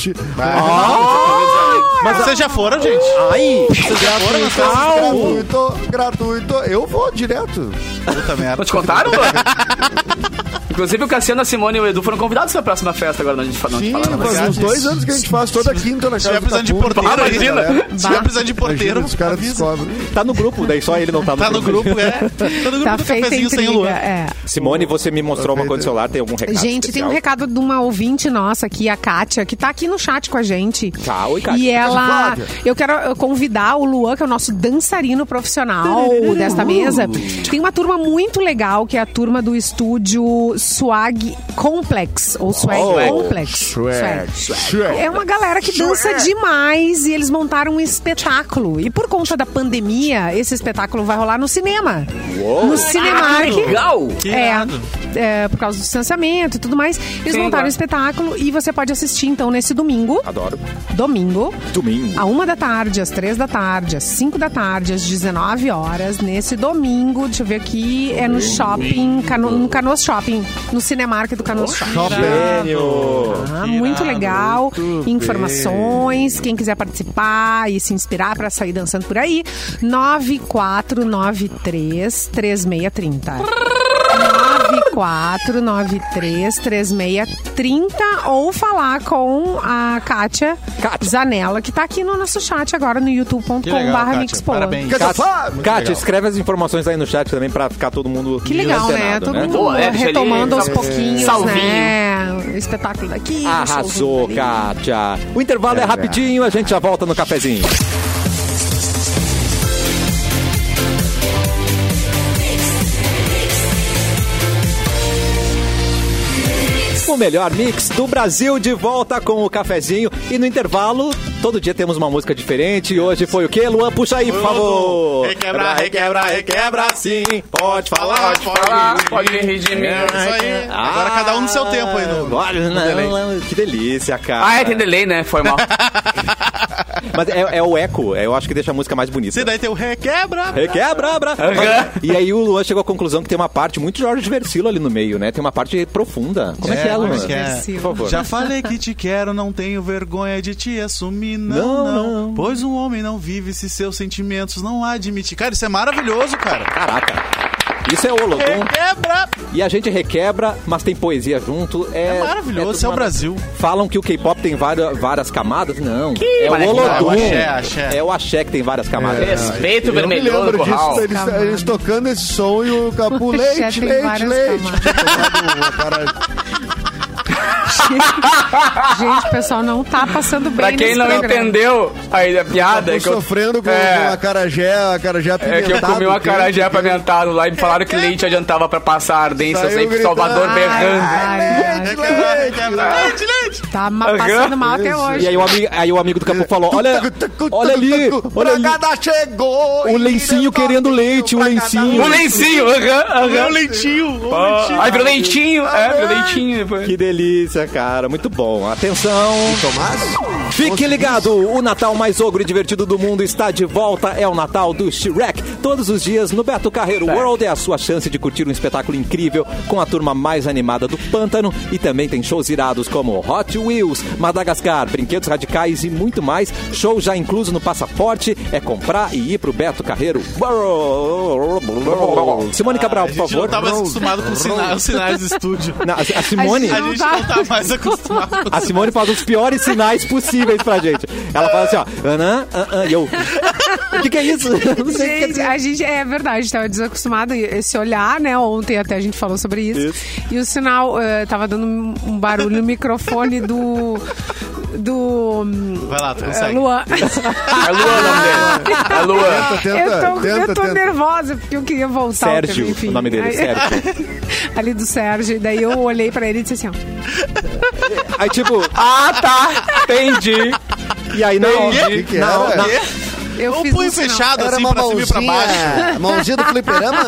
Mas vocês já foram, gente?
Aí,
Foram nas festas? um
Gratuito, gratuito. Eu vou direto.
Puta merda.
Não te contaram, mano? [LAUGHS] Inclusive o Cassiano, a Simone e o Edu foram convidados pra próxima festa agora, não a gente fala. não, a gente
Sim,
fala, mas-
faz uns dois anos que a gente faz toda quinta na
né? Se
casa
tiver
do
precisando de
Tapu.
porteiro, aí,
Imagina.
galera. se tiver precisando de
Imagina,
porteiro,
os caras
avisa.
descobrem.
Tá no grupo, daí só ele não tá no
Tá no grupo, é. Tá no grupo
Tá
do
feita a
cafezinho sem Tá
intriga.
lua.
É.
Simone, você me mostrou uma coisa do celular, tem algum recado
Gente,
especial?
tem um recado de uma ouvinte nossa aqui, a Kátia, que tá aqui no chat com a gente.
Tá, oi, Kátia.
E ela.
Flávia.
Eu quero eh, convidar o Luan, que é o nosso dançarino profissional desta mesa. Tem uma turma muito legal, que é a turma do estúdio Swag Complex. Ou Swag
Oh,
Complex. Swag. É uma galera que dança demais e eles montaram um espetáculo. E por conta da pandemia, esse espetáculo vai rolar no cinema. No Cinemark.
Ah, Legal!
Que
É,
irado.
é, por causa do distanciamento e tudo mais. Eles
Sim,
montaram
claro.
um espetáculo e você pode assistir, então, nesse domingo.
Adoro.
Domingo.
Domingo.
À uma da tarde, às três da tarde, às cinco da tarde, às 19 horas, nesse domingo, deixa eu ver aqui, é no shopping, Cano- no Canoas Shopping, no Cinemark do Canoas Shopping.
Gênio.
Ah, muito legal. Informações, quem quiser participar e se inspirar para sair dançando por aí, 9493 3630. 9493 3630 ou falar com a Kátia,
Kátia.
Zanella, que tá aqui no nosso chat agora no
Que legal,
youtube.com.br
Kátia.
Mixpoa.
Parabéns.
Kátia,
Kátia,
muito
Kátia
legal.
escreve as informações aí no chat também pra ficar todo mundo
Que legal, né?
antenado,
Todo mundo
Boa, é, deixa ali,
retomando aos
é,
pouquinhos,
salvinho.
né? Espetáculo daqui, showzinho
Arrasou,
dali.
Kátia. O intervalo é rapidinho, a gente já volta no cafezinho. O melhor mix do Brasil de volta com o cafezinho. E no intervalo, todo dia temos uma música diferente. E hoje foi o quê, Luan? Puxa aí, por favor.
Requebra, requebra, requebra,
sim. Pode falar, pode
Ah, pode me rir de mim.
É isso aí. Agora cada um no seu tempo aí. No...
Ah, Olha, não,
delay.
não, que delícia, cara.
Ah, é, tem delay, né? Foi [LAUGHS] mal.
Mas é, é o eco, eu acho que deixa a música mais bonita.
Você daí tem o requebra.
Requebra, bra. E aí o Luan chegou à conclusão que tem uma parte muito Jorge Versilo ali no meio, né? Tem uma parte profunda. Como é, que é, Luan?
como é que é?
Por favor.
Já falei que te quero, não tenho vergonha de te assumir, não,
Não,
não.
não.
Pois um homem não vive se seus sentimentos não admitir. Cara, isso é maravilhoso, cara. Um
Caraca. Isso é Olodum.
Requebra!
E a gente requebra, mas tem poesia junto. É,
É maravilhoso,
tudo
isso é o
mara-
Brasil.
Falam que o K-pop tem várias, várias camadas. Não. é o
mas é que
Olodum.
não, é o axé, axé.
É o axé que tem várias
É,
camadas.
Respeito
Eu me
vermelho
lembro
do
disso,
curral.
deles-
Camada.
eles, tocando esse som e o
[LAUGHS]
Capu, leite,
Já tem
leite,
várias
leite.
camadas.
Tinha tocado [LAUGHS] uma parada-
Gente, o pessoal não tá passando bem
Pra quem
nesse
não
programa.
entendeu aí a piada...
Capu
é que eu-
sofrendo com
é,
a acarajé, a acarajé
É que eu comi uma carajé apimentado lá e me falaram que leite adiantava pra passar ardência. Eu
Saiu
saí pro
gritando.
Salvador
tá
Ai,
berrando.
ai, ai.
Requebra, requebra, leite, leite!
Tá ma- passando mal até hoje.
E aí o, ami- aí o amigo do
Tipo,
Capu falou:
[LAUGHS]
Olha, olha ali, olha ali.
chegou.
O lencinho querendo leite, o lencinho.
Um lencinho, é um aham, aham.
Meu leitinho!
Ah, Ai, virou leitinho. É, virou leitinho depois.
Que delícia, cara. Muito bom. Atenção.
Tomás?
Fique ligado. O Natal mais ogro e divertido do mundo está de volta. É o Natal do Shrek. Todos os dias no Beto Carreiro World é a sua chance de curtir um espetáculo incrível com a turma mais animada do pântano. E também tem shows irados como Hot Wheels, Madagascar, Brinquedos Radicais e muito mais. Show já incluso no passaporte. É comprar e ir pro Beto Carreiro
Tá
World. Simone Cabral,
A
por
gente não
favor.
tá mais acostumado com os sina- os sinais do estúdio.
Na- a Simone.
A
A
Não
gente
tá.
não
[LAUGHS]
tá mais acostumado com
A Simone faz os piores sinais possíveis pra gente. Ela fala assim, ó. Anã, anã, e eu. O que, que é isso? [LAUGHS] Eu não sei o que quer
Gente,
dizer.
a gente, é verdade, a gente tava desacostumado a esse olhar, né? Ontem até a gente falou sobre isso. E o sinal, eh, tava dando um um barulho no microfone do. Do. hum,
Vai lá, tu
eh,
consegue.
Luan.
É Lua o nome dele. É Lua.
Tenta,
eu tô,
tenta,
eu tô
tenta.
nervosa, porque eu queria voltar. ao
Sérgio,
tema, enfim.
o nome dele, é
Aí-
Sérgio.
[LAUGHS] Ali do Sérgio. Daí eu olhei pra ele e disse assim, ó.
Aí, tipo,
Ah, tá. Entendi.
e aí não.
Que que era?
Eu
Ou
fiz
punho
um sinal.
fechado,
Era
assim,
uma
pra cima e pra baixo.
mãozinha, mãozinha do fliperama?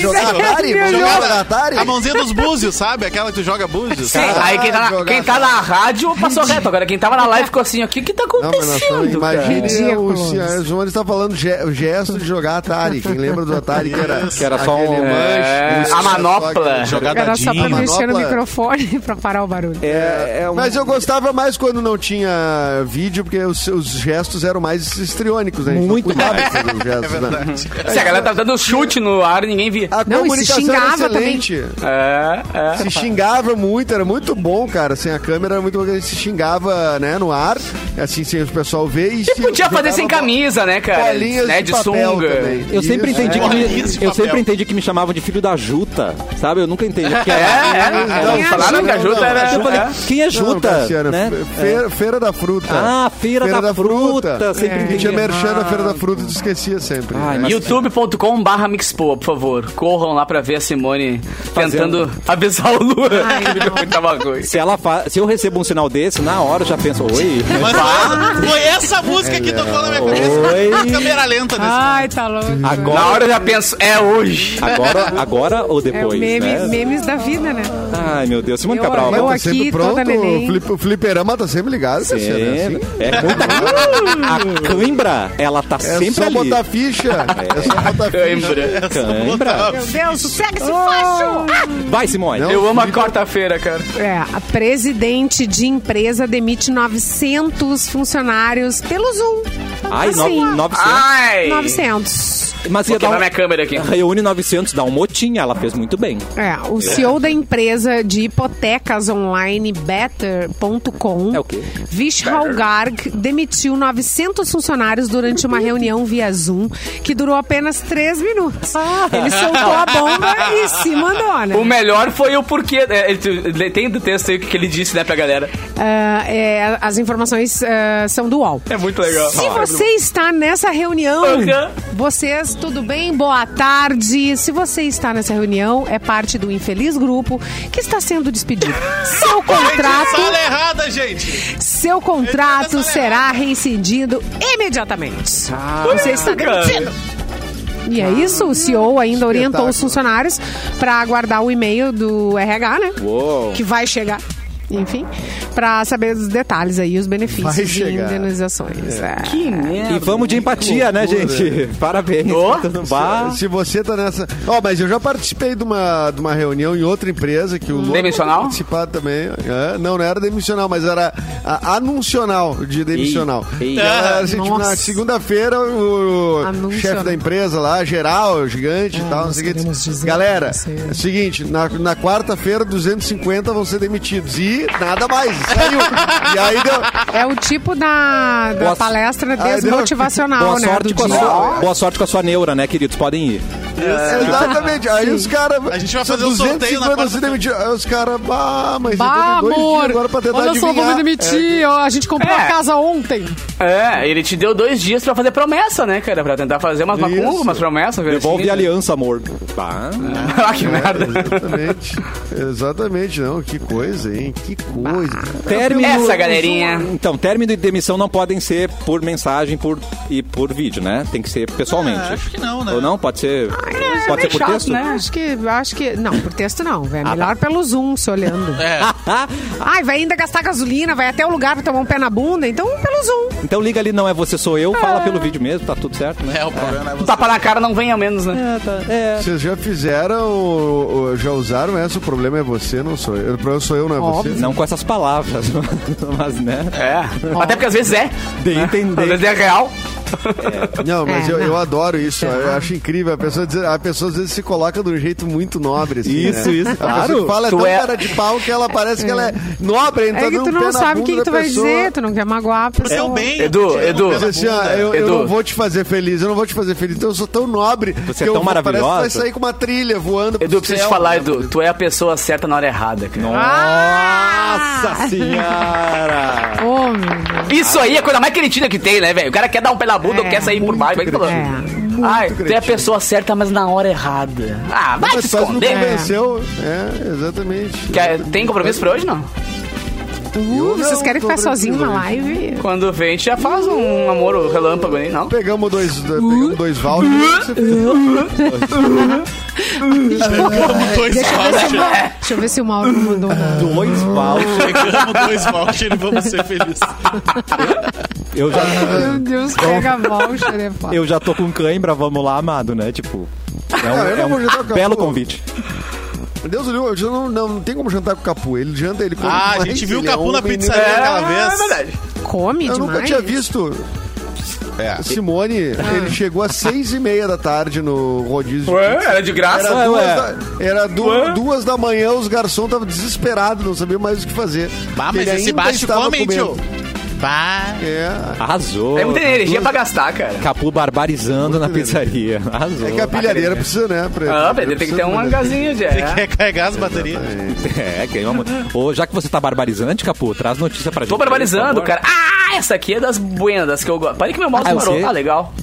Jogava Atari?
Meu
Jogava
Deus.
Atari?
A mãozinha dos búzios, sabe? Aquela que tu joga búzios.
Sim, aí quem tá, na,
jogar
quem tá na rádio passou reto. Agora quem tava na live ficou assim, ó, o que que tá
Não, mas nós
acontecendo?
estamos, imagine
cara.
o senhor Jones está falando ge- o gesto de jogar Atari. Quem lembra do Atari que era,
Que era só
aquele
um-
é,
manche,
a
um-
manopla.
Jogada
Era só pra
Tadinho.
mexer no
Manopla.
microfone [LAUGHS] pra parar o barulho.
É, é um-
Mas eu gostava mais quando não tinha vídeo, porque os, os gestos eram mais histriônicos, né? A gente
Muito
não cuidava de fazer os
[LAUGHS]
gestos,
É
né?
Se a galera tá dando chute no ar e ninguém via.
A
Não, e se
comunicação era
xingava também.
excelente.
É, é.
Se xingava muito, era muito bom, cara. Sem a câmera, era muito bom. A gente se xingava, né, no ar, assim, sem o pessoal ver. E, se-
Podia fazer sem
jogava
camisa, né, cara?
bolinhas
né,
de, papel também.
Eu sempre,
Isso. né? é.
entendi que
Olha
me,
isso,
eu
papel.
sempre entendi que me chamavam de filho da Juta, sabe? Eu nunca entendi. Porque
É,
era-
é, é.
Não,
Falaram que a Juta
não,
era.
eu falei,
é.
quem é
Não,
Juta?
Cassiano,
né?
fe- feira, feira da fruta.
Ah, Feira, da, Fruta. Sempre
E
entendi.
É. tinha merchan na Feira da Fruta, tu esquecia sempre.
Ai,
né?
mas-
youtube.com barra mixpo, por favor. Corram lá pra ver a Simone
Fazendo.
tentando avisar o Lula.
Ai,
[LAUGHS]
não.
Tava ruim.
Se, ela fa- se eu recebo um sinal desse, na hora eu já penso, oi,
Mas é- foi- foi essa música que tocou na minha
Oi.
cabeça. Câmera lenta nesse
Ai, tá louco.
Na
agora,
hora eu já penso, é hoje.
agora, agora ou
É o
depois,
meme-
né?
memes da vida, né?
Ai, meu Deus, Simone
Eu-
Cabral.
Mas
eu
tá
aqui,
sempre
toda
pronto,
neném.
o, flip, o fliperama tá sempre ligado, Cassiano, é assim?
É, é muita... A cãibra, ela tá
É
sempre
só
ali.
botar ficha. É só
[LAUGHS]
botar ficha.
Cãibra.
Cãibra.
Meu Deus, sossega esse facho! Ah!
Vai, Simone.
Não.
Eu amo a quarta-feira, cara.
É, a presidente de empresa demite 900 funcionários pelo Zoom.
Ai, no-
Assim,
900.
Ai!
900.
Mas
Vou
ia dar
quebrar
um...
Ah, minha câmera aqui.
Reúne 900, dá um motim. Ela fez muito bem.
É, o CEO da empresa de hipotecas online Better.com,
É o quê?
Vishal Garg, demitiu 900 funcionários durante uma reunião via Zoom que durou apenas 3 minutos. Ele soltou a bomba e se mandou, né?
O melhor foi o porquê. é, ele- ele- tem do texto aí o que ele disse, né, pra galera.
Ah, é, as informações ah, são do
Tá
UOL.
É muito legal.
Se você está nessa reunião,
Aham.
vocês, tudo bem? Boa tarde. Se você está nessa reunião, é parte do infeliz grupo que está
[LAUGHS]
sendo despedido. Seu
Gente,
contrato,
sala errada, gente.
seu contrato será reincindido imediatamente. Você está
cara.
demitido. E é isso, o CEO ainda orientou
espetáculo.
os funcionários para aguardar o e-mail do RH, né?
Uou.
Que vai chegar. Enfim, para saber os detalhes aí, os benefícios
Vai
e
chegar.
indenizações. É.
Que merda.
E vamos de empatia, né,
loucura.
gente? [LAUGHS] Parabéns. Tá
Ô.
Todo mundo- Bah.
Se você tá nessa. Ó, mas eu já participei de uma, de uma reunião em outra empresa que o Lula.
Demissional?
Participar também. É, não, não era demissional, mas era a, anuncional de demissional.
Ei, ei.
Então, era assim, tipo,
Nossa.
na segunda-feira, o
Anuncional. É,
chefe da empresa lá, geral, gigante e tal, não
nós
sei o que.
queremos
disse,
dizer
Galera,
pra você."
é o seguinte, na, na quarta-feira, 250 vão ser demitidos. E nada mais.
[LAUGHS]
Saiu. e aí deu.
É o tipo da, da
Boa-
palestra
deu-
desmotivacional,
Ah,
Boa
né?
sorte,
do
com a
dia.
sua, boa sorte com a sua neura, né, queridos? Podem ir.
Exatamente. Aí os caras.
A gente vai fazer o sorteio na
250 se
quarta-feira.
demitiu. Aí os caras, bah, mas
Bah,
eu tenho dois dias
amor!
agora pra tentar
Olha só,
adivinhar.
vou me demitir. ó, a gente comprou
É.
a casa ontem.
É, ele te deu dois dias pra fazer promessa, né, cara? Pra tentar fazer umas macumbas,
Isso.
umas promessas. velho,
Devolve
assim.
a aliança, amor. Bah.
[LAUGHS] ah, que
[LAUGHS]
merda.
Exatamente. Exatamente, não. Que coisa, hein? Que coisa.
Término-
Essa galerinha.
Então, término e demissão não podem ser por mensagem por, e por vídeo, né? Tem que ser pessoalmente.
É,
Ah, acho que não, né?
Ou não? Pode ser, pode ser
meio
por
Ah, chato,
texto?
né?
Acho que, acho que. Não, por texto não, velho. Melhor pelo Zoom se olhando. [LAUGHS]
É.
[LAUGHS] Ah,
Ai, vai ainda gastar gasolina, vai até o lugar pra tomar um pé na bunda, então pelo Zoom.
então liga ali, não é você, sou eu.
Ah.
Fala pelo vídeo mesmo, tá tudo certo, né?
É, o problema é você.
Tá.
Tapa na cara não vem ao menos, né?
É, tá- é.
Vocês já fizeram, ou- ou já usaram essa? O problema é você, não sou eu. O problema sou eu, não é você.
Não com essas palavras, [LAUGHS] mas, né?
É. Até porque às vezes é.
De
né?
entender.
Às vezes é real.
Não, mas
É,
eu,
não.
eu adoro isso. Eu acho incrível. A pessoa, diz- a pessoa às vezes se coloca de um jeito muito nobre. Assim,
Isso,
né?
isso,
A pessoa
claro.
que fala é
Tu
tão
é-
cara de pau que ela parece que ela é nobre.
É
Então
que tu não sabe o que, que tu vai dizer, tu não quer magoar a pessoa.
É o bem.
Edu,
gente, é o
Edu.
pé
Mas
na
assim, ó,
bunda.
eu, eu
Edu.
não vou te fazer feliz, eu não vou te fazer feliz. Então eu sou tão nobre.
Você é
que eu
tão
vou- parece que
maravilhosa.
vai sair com uma trilha voando pro
Edu, preciso
céu,
te falar,
né?
Edu. Tu é a pessoa certa na hora errada, cara.
Ah.
Nossa senhora!
Ô, meu Deus.
Isso aí é a coisa mais cretina que tem, né, velho? O cara quer dar um pé na bunda
É,
ou quer sair por
muito
baixo. Vai falando.
cretino.
Ai, tu é a
cretino.
pessoa certa, mas na hora errada. Ah, vai
Mas
se
tu quase não
esconder. né?
convenceu. É, exatamente.
Quer- tem compromisso pra hoje, não?
Uh,
Eu
vocês
não
querem
tô
ficar sozinhos na
tranquilo.
live?
Quando vem, a gente já faz um namoro relâmpago aí, não?
Pegamos dois, pegamos dois vouchers.
Pegamos dois
Deixa eu, ver se o
vouchers.
Mauro, deixa eu ver se o Mauro não mandou nada.
Dois vouchers.
Pegamos dois vouchers e vamos ser felizes.
Eu já,
Meu Deus, pega voucher, é foda.
eu já tô com cãibra, vamos lá, amado, né? Tipo, é um,
Ah, eu não
é um
vou jantar com a
belo
Capu.
convite.
Deus do livro, eu já não, não, não tem como jantar com o Capu. Ele janta, ele come
Ah, a
mais,
gente viu o
ele é
Capu na
honra e
pizzaria
nem-
aquela
É
vez.
verdade.
Come
Eu
demais.
nunca tinha visto.
É.
Simone, ele chegou às seis e meia da tarde no rodízio.
Ué,
de pizza.
era de graça?
Era,
Ué,
duas,
Ah, ué.
Da, era du-
Ué?
duas da manhã, os garçons estavam desesperados, não sabiam mais o que fazer.
Bah,
Ele
mas esse
ainda
baixo
estava
come, hein, tio?
comendo.
Bah.
É.
Arrasou.
Tem muita energia pra gastar, cara.
Capu barbarizando na pizzaria. Arrasou.
É que a pilhadeira precisa, né? pra-
tá Ah, Pedro, tem que ter
precisa
um
de uma-
né?
hangarzinho de.
Você quer carregar as baterias?
É, queima muito. Ô, já que você tá barbarizante, Capu, traz notícia pra gente.
Tô
aí, por
barbarizando,
favor.
cara. Ah, essa aqui é das buenas, das que eu gosto. Parei que meu mouse
um Ah, eu sei.
parou. Ah, legal.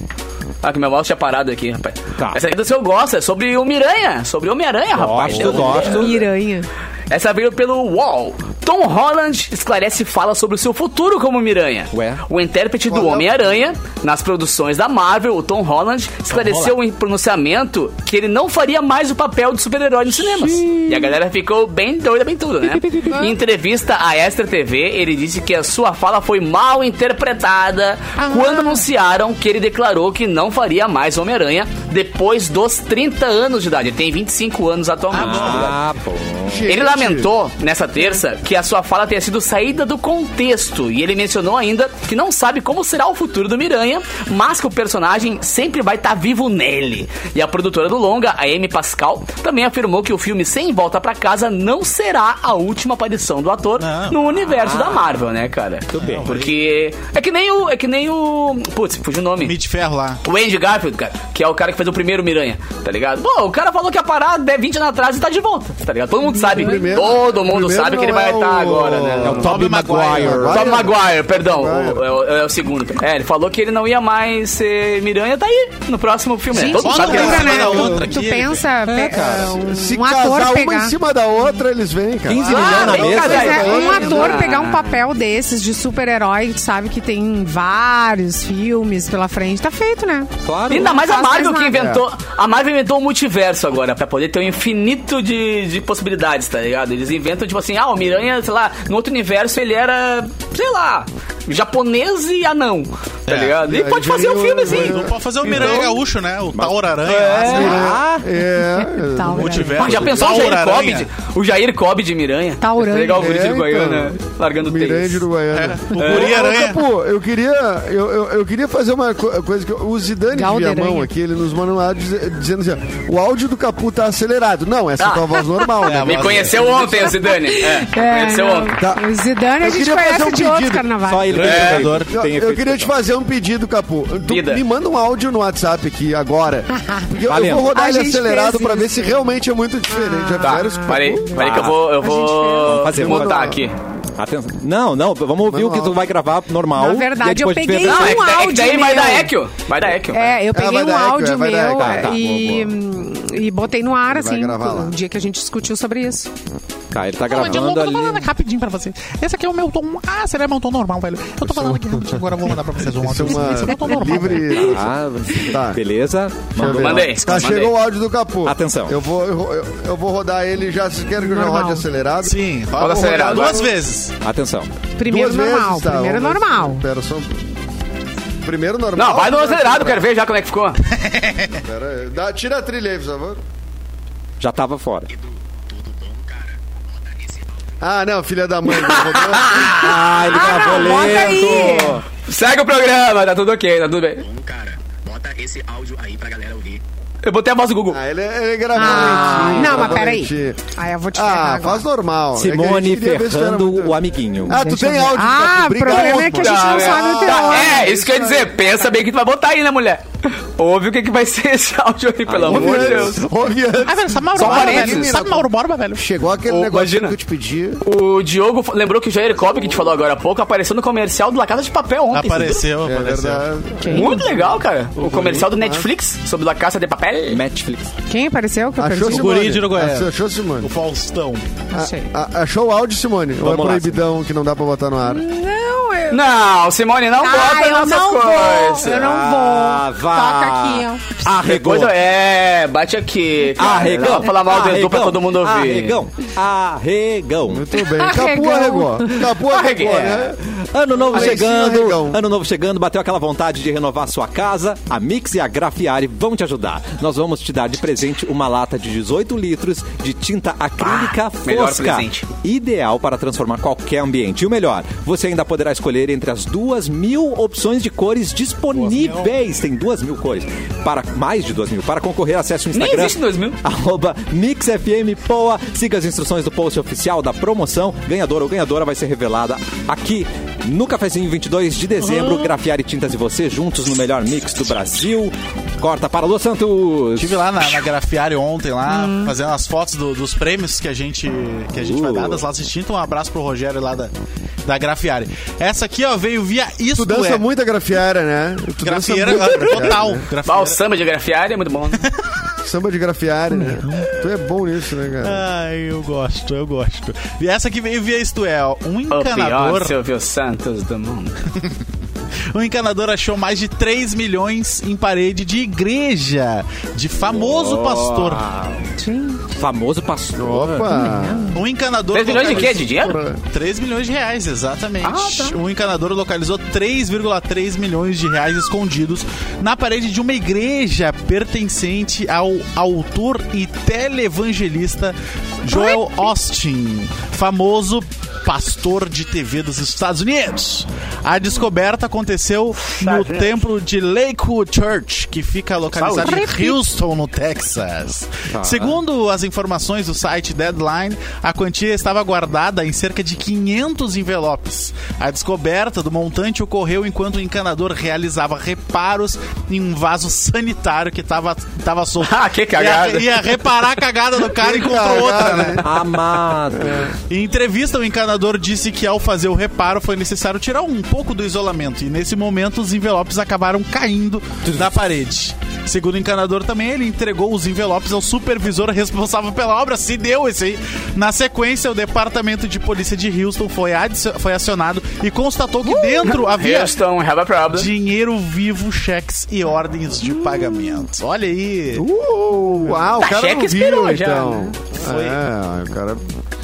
Ah, que meu mouse tinha parado aqui, rapaz.
Tá.
Essa aqui é das que eu gosto, é sobre o Miranha. Sobre o Homem-Aranha, rapaz.
Gosto, gosto.
Miranha.
Essa veio pelo UOL. Tom Holland esclarece e fala sobre o seu futuro como Miranha.
Ué?
O intérprete do
Qual é o-
Homem-Aranha, nas produções da Marvel, o Tom Holland, esclareceu em pronunciamento que ele não faria mais o papel de super-herói nos cinemas. E a galera ficou bem doida, bem tudo, né? em entrevista à Extra TV, ele disse que a sua fala foi mal interpretada quando anunciaram que ele declarou que não faria mais Homem-Aranha depois dos 30 anos de idade. Ele tem 25 anos atualmente. tá ligado?
Ah, bom.
Gente,
Ele lamentou, nessa terça, que a sua fala tenha sido saída do contexto. E ele mencionou ainda que não sabe como será o futuro do Miranha, mas que o personagem sempre vai estar vivo nele. E a produtora do longa, a Amy Pascal, também afirmou que o filme Sem Volta Pra Casa não será a última aparição do ator no universo da Marvel, né, cara? Tudo bem. Porque é que nem o... É que nem o... Putz, fugiu o nome.
Meio de ferro lá.
O Andy Garfield, cara, que é o cara que fez o primeiro Miranha, tá ligado? Pô, o cara falou que ia parar 10, 20 anos atrás e tá de volta, tá ligado? Todo mundo sabe,
primeiro-
todo mundo
primeiro
sabe que ele
não
vai
é
estar
o-
agora,
É
né?
o
Tobey Maguire.
Tom Maguire, perdão,
Maguire.
o- é o, é o segundo. É, ele falou que ele não ia mais ser Miranha, tá aí, no próximo filme. né?
Gente,
Todo mundo sabe que ele
não
vai
lembra,
ser.
né?
tu,
outra
tu
aqui,
pensa pe- um,
Então, Se
um
casar
ator
uma
pegar...
em cima da outra, eles vêm, cara.
15 milhões na
vem
mesa.
cá,
Pois Ah, é,
então,
velho.
um ator
Ah.
pegar um papel desses de super-herói, tu sabe que tem vários filmes pela frente, tá feito, né?
Claro.
Ainda mais a
Não faz
Marvel que
mais nada. É.
inventou. A Marvel inventou o multiverso agora, pra poder ter um infinito de, de possibilidades, tá ligado? Eles inventam, tipo assim, ah, o Miranha, sei lá, no outro universo ele era, sei lá, japonês e anão, tá
É.
ligado? E,
E aí
pode fazer
veio
um filmezinho.
Não Então pode fazer o Miranha Gaúcho, né? O Tauraranha.
Ah,
É,
Tal,
multiverso.
Ah, já pensou o Jair
Tauraranha.
Cobb? de- O Jair Cobb de Miranha?
Tauranga.
Legal o guri de
É,
Goiânia,
então.
largando o
Miranda de
tênis.
Uruguaiana. É,
O Guri
Ô,
Aranha.
Capu, eu queria, eu, eu, eu queria fazer uma co- coisa que eu- o Zidane de
Galderanha.
Viamão aqui, ele nos mandou um áudio dize- dizendo assim, ó, o áudio do Capu tá acelerado. Não, essa é a tua voz normal, né?
Me conheceu ontem, Zidane.
[LAUGHS]
É, conheceu
não.
ontem.
Tá.
O Zidane a
Eu
gente
queria fazer
conhece
um
de outros
pedido.
carnavais.
Só ele
É.
tem
Eu, eu
efeito
queria te
especial.
fazer um pedido, Capu. Tu
Vida.
me manda um áudio no WhatsApp aqui agora. Porque eu- eu
Valendo.
vou rodar
A
ele
gente
acelerado
fez
pra ver
isso.
se realmente é muito diferente. Já
Tá,
fizeram isso com o
parei,
Capu?
parei que eu vou, eu vou
a gente
é
fez.
um
montar aqui.
Atenção. Não, não, vamos ouvir
Manda
o que
um
tu
áudio.
vai gravar normal.
Na
e
verdade, eu
depois de
peguei
verdade-
Não, é que,
Um
daí- é que daí vai
áudio
dar
meu.
Equio. Vai dar Equio.
É, eu peguei
vai
um
dar eco,
áudio
é, vai dar
meu
eco, ah, tá,
e, e botei no ar,
Vai
assim,
gravar lá.
um dia que a gente discutiu sobre isso.
Tá, ele tá
Não, mas de
gravando
novo, eu tô falando
ali.
aqui rapidinho pra vocês. Esse aqui é o meu tom. Ah, será meu tom normal, velho? Eu tô falando aqui rapidinho, agora eu vou mandar pra vocês um
Isso é
áudio. Esse é meu tom
uma
normal. velho.
livre... [LAUGHS]
Ah,
[LAUGHS]
Tá.
beleza. Mandou.
Mandei.
Tá,
mandei.
chegou o áudio do Capu.
Atenção.
Eu vou, eu, eu- eu vou rodar ele já. Vocês querem que eu já
Normal.
rode acelerado?
Sim, roda
Eu vou
acelerado.
rodar
Duas
duas
vezes.
Atenção.
Primeiro
vezes,
normal,
tá?
primeiro
Vamos ver se-
normal.
Pera só. um Primeiro normal.
Não, vai no acelerado, quero ver já como é que ficou.
Pera aí. Dá- tira a trilha aí, por favor.
Já tava fora.
Ah, não, filha da mãe.
[LAUGHS]
rodou.
Ah, ele
Ah,
gravou
não, bota
lento.
aí.
[LAUGHS] Segue o programa, tá tudo ok, tá tudo bem.
Bom, cara, bota esse áudio aí pra galera ouvir.
Eu botei a voz do Google.
Ah, ele, ele gravou
Ah,
lentinho,
não, mas
gravou
peraí.
lentinho.
Aí eu vou te ferrar
Ah,
agora.
faz normal. É que a gente
Simone
queria ver se era
ferrando
muito-
o amiguinho.
Ah, tu tem áudio,
Ah,
Capu.
o problema é que a gente
pô.
não
Ah,
sabe o
ah,
teu
tá,
áudio.
É, isso quer dizer, pensa bem que tu vai botar aí, né, mulher? Ouve o que, que vai ser esse áudio aí, pelo
Ai,
amor de Deus.
Ouve antes, ouve antes.
Ah, velho, sabe Mauro
Só
Borba,
parênteses.
velho? Sabe Mauro Borba, velho?
Chegou aquele
Ô,
negócio
imagina.
que eu te pedi.
O Diogo f- lembrou que o Jair Cobb, que a gente falou agora há pouco, apareceu no comercial do La Casa de Papel ontem.
Apareceu,
É
apareceu.
verdade.
Muito legal, cara. O comercial do Netflix sobre La Casa de Papel.
Netflix.
Quem apareceu
Tá
que eu
Achou
perdi?
Simone.
guri de Uruguaiana.
Achou- Achou
O
Simone.
Faustão.
Achei.
A- achou o áudio, Simone? Ou é
Vamos lá,
proibidão que não dá pra botar no ar?
Hum,
Não,
Ah,
eu...
Não, Simone, não bota
Ah, eu
nossas
não
coisas.
vou, eu não
Ah,
vou.
vá.
Toca aqui, ó.
Arregou.
Depois, é, bate aqui.
Ah,
Cara.
Arregão.
Não, falar mal do Edu pra
Arregão.
todo mundo ouvir.
Arregão. Arregão.
Muito bem.
Arregou.
Capu arregou. Capu arregou,
Arreguei.
né?
Ano novo
Aí sim,
chegando,
arregão.
ano novo chegando, bateu aquela vontade de renovar sua casa? A Mix e a Grafiari vão te ajudar. Nós vamos te dar de presente uma lata de 18 litros de tinta acrílica
Ah, melhor
fosca.
presente.
Ideal para transformar qualquer ambiente. E o melhor, você ainda poderá escolher entre as duas mil opções de cores disponíveis. Tem duas mil cores. Para mais de duas mil. Para concorrer, acesse o
Nem
Instagram.
existe 2000.
Arroba MixFMPoa. Siga as instruções do post oficial da promoção. Ganhador ou ganhadora vai ser revelada aqui no Cafezinho 22 de dezembro. Grafiar e Tintas e você juntos no melhor mix do Brasil. Corta para Lua Santos.
Estive lá na, na Grafiária ontem, lá, fazendo as fotos do- dos prêmios que a gente, que a gente vai
Uh.
dar das latas de tinta. Um abraço pro Rogério lá da, da Grafiária. Essa aqui, ó, veio via Isto
Tu dança
é.
muito a grafiara, né? Tu dança
Grafieira, ah,
muito a grafiara, [LAUGHS]
total.
né?
Bah, o
Grafieira.
samba de grafiária é muito
[LAUGHS]
bom. né?
Samba de grafiara, né? Tu é bom nisso, né,
Ah.
cara?
Ai, eu gosto, eu gosto. E essa aqui veio via Isto é, ó, um
O
encanador.
pior Silvio Santos do mundo.
O encanador achou mais de 3 milhões em parede de igreja de famoso pastor.
Famoso pastor.
Opa!
Um encanador.
3 milhões de quê? De dinheiro? Ah, tá.
Porra.
3 milhões de reais, exatamente. Um encanador localizou 3,3 milhões de reais escondidos na parede de uma igreja pertencente ao autor e televangelista Joel Austin, famoso pastor de TV dos Estados Unidos. A descoberta aconteceu no templo de Lakewood Church, que fica localizado em Houston, no Texas.
Ah.
Segundo as informações do site Deadline, a quantia estava guardada em cerca de 500 envelopes. A descoberta do montante ocorreu enquanto o encanador realizava reparos em um vaso sanitário que estava tava solto.
[LAUGHS] Ah, que cagada.
Ia, ia reparar a cagada
[LAUGHS]
do cara e encontrou outra, né?
Amado.
Em entrevista, o encanador disse que ao fazer o reparo foi necessário tirar um pouco do isolamento e nesse momento os envelopes acabaram caindo da parede. Segundo o encanador também, ele entregou os envelopes ao supervisor responsável pela obra, se deu esse aí. Na sequência, o departamento de polícia de Houston foi, adicio- foi acionado e constatou
Uh!
que
[LAUGHS]
dentro havia
Houston, have a
né?
problem.
dinheiro vivo, cheques e ordens de pagamento. Olha aí,
Uh, ah, o
Tá,
cara
cheque
não
esperou
viu,
já,
então.
né?
Foi.
É, o cara...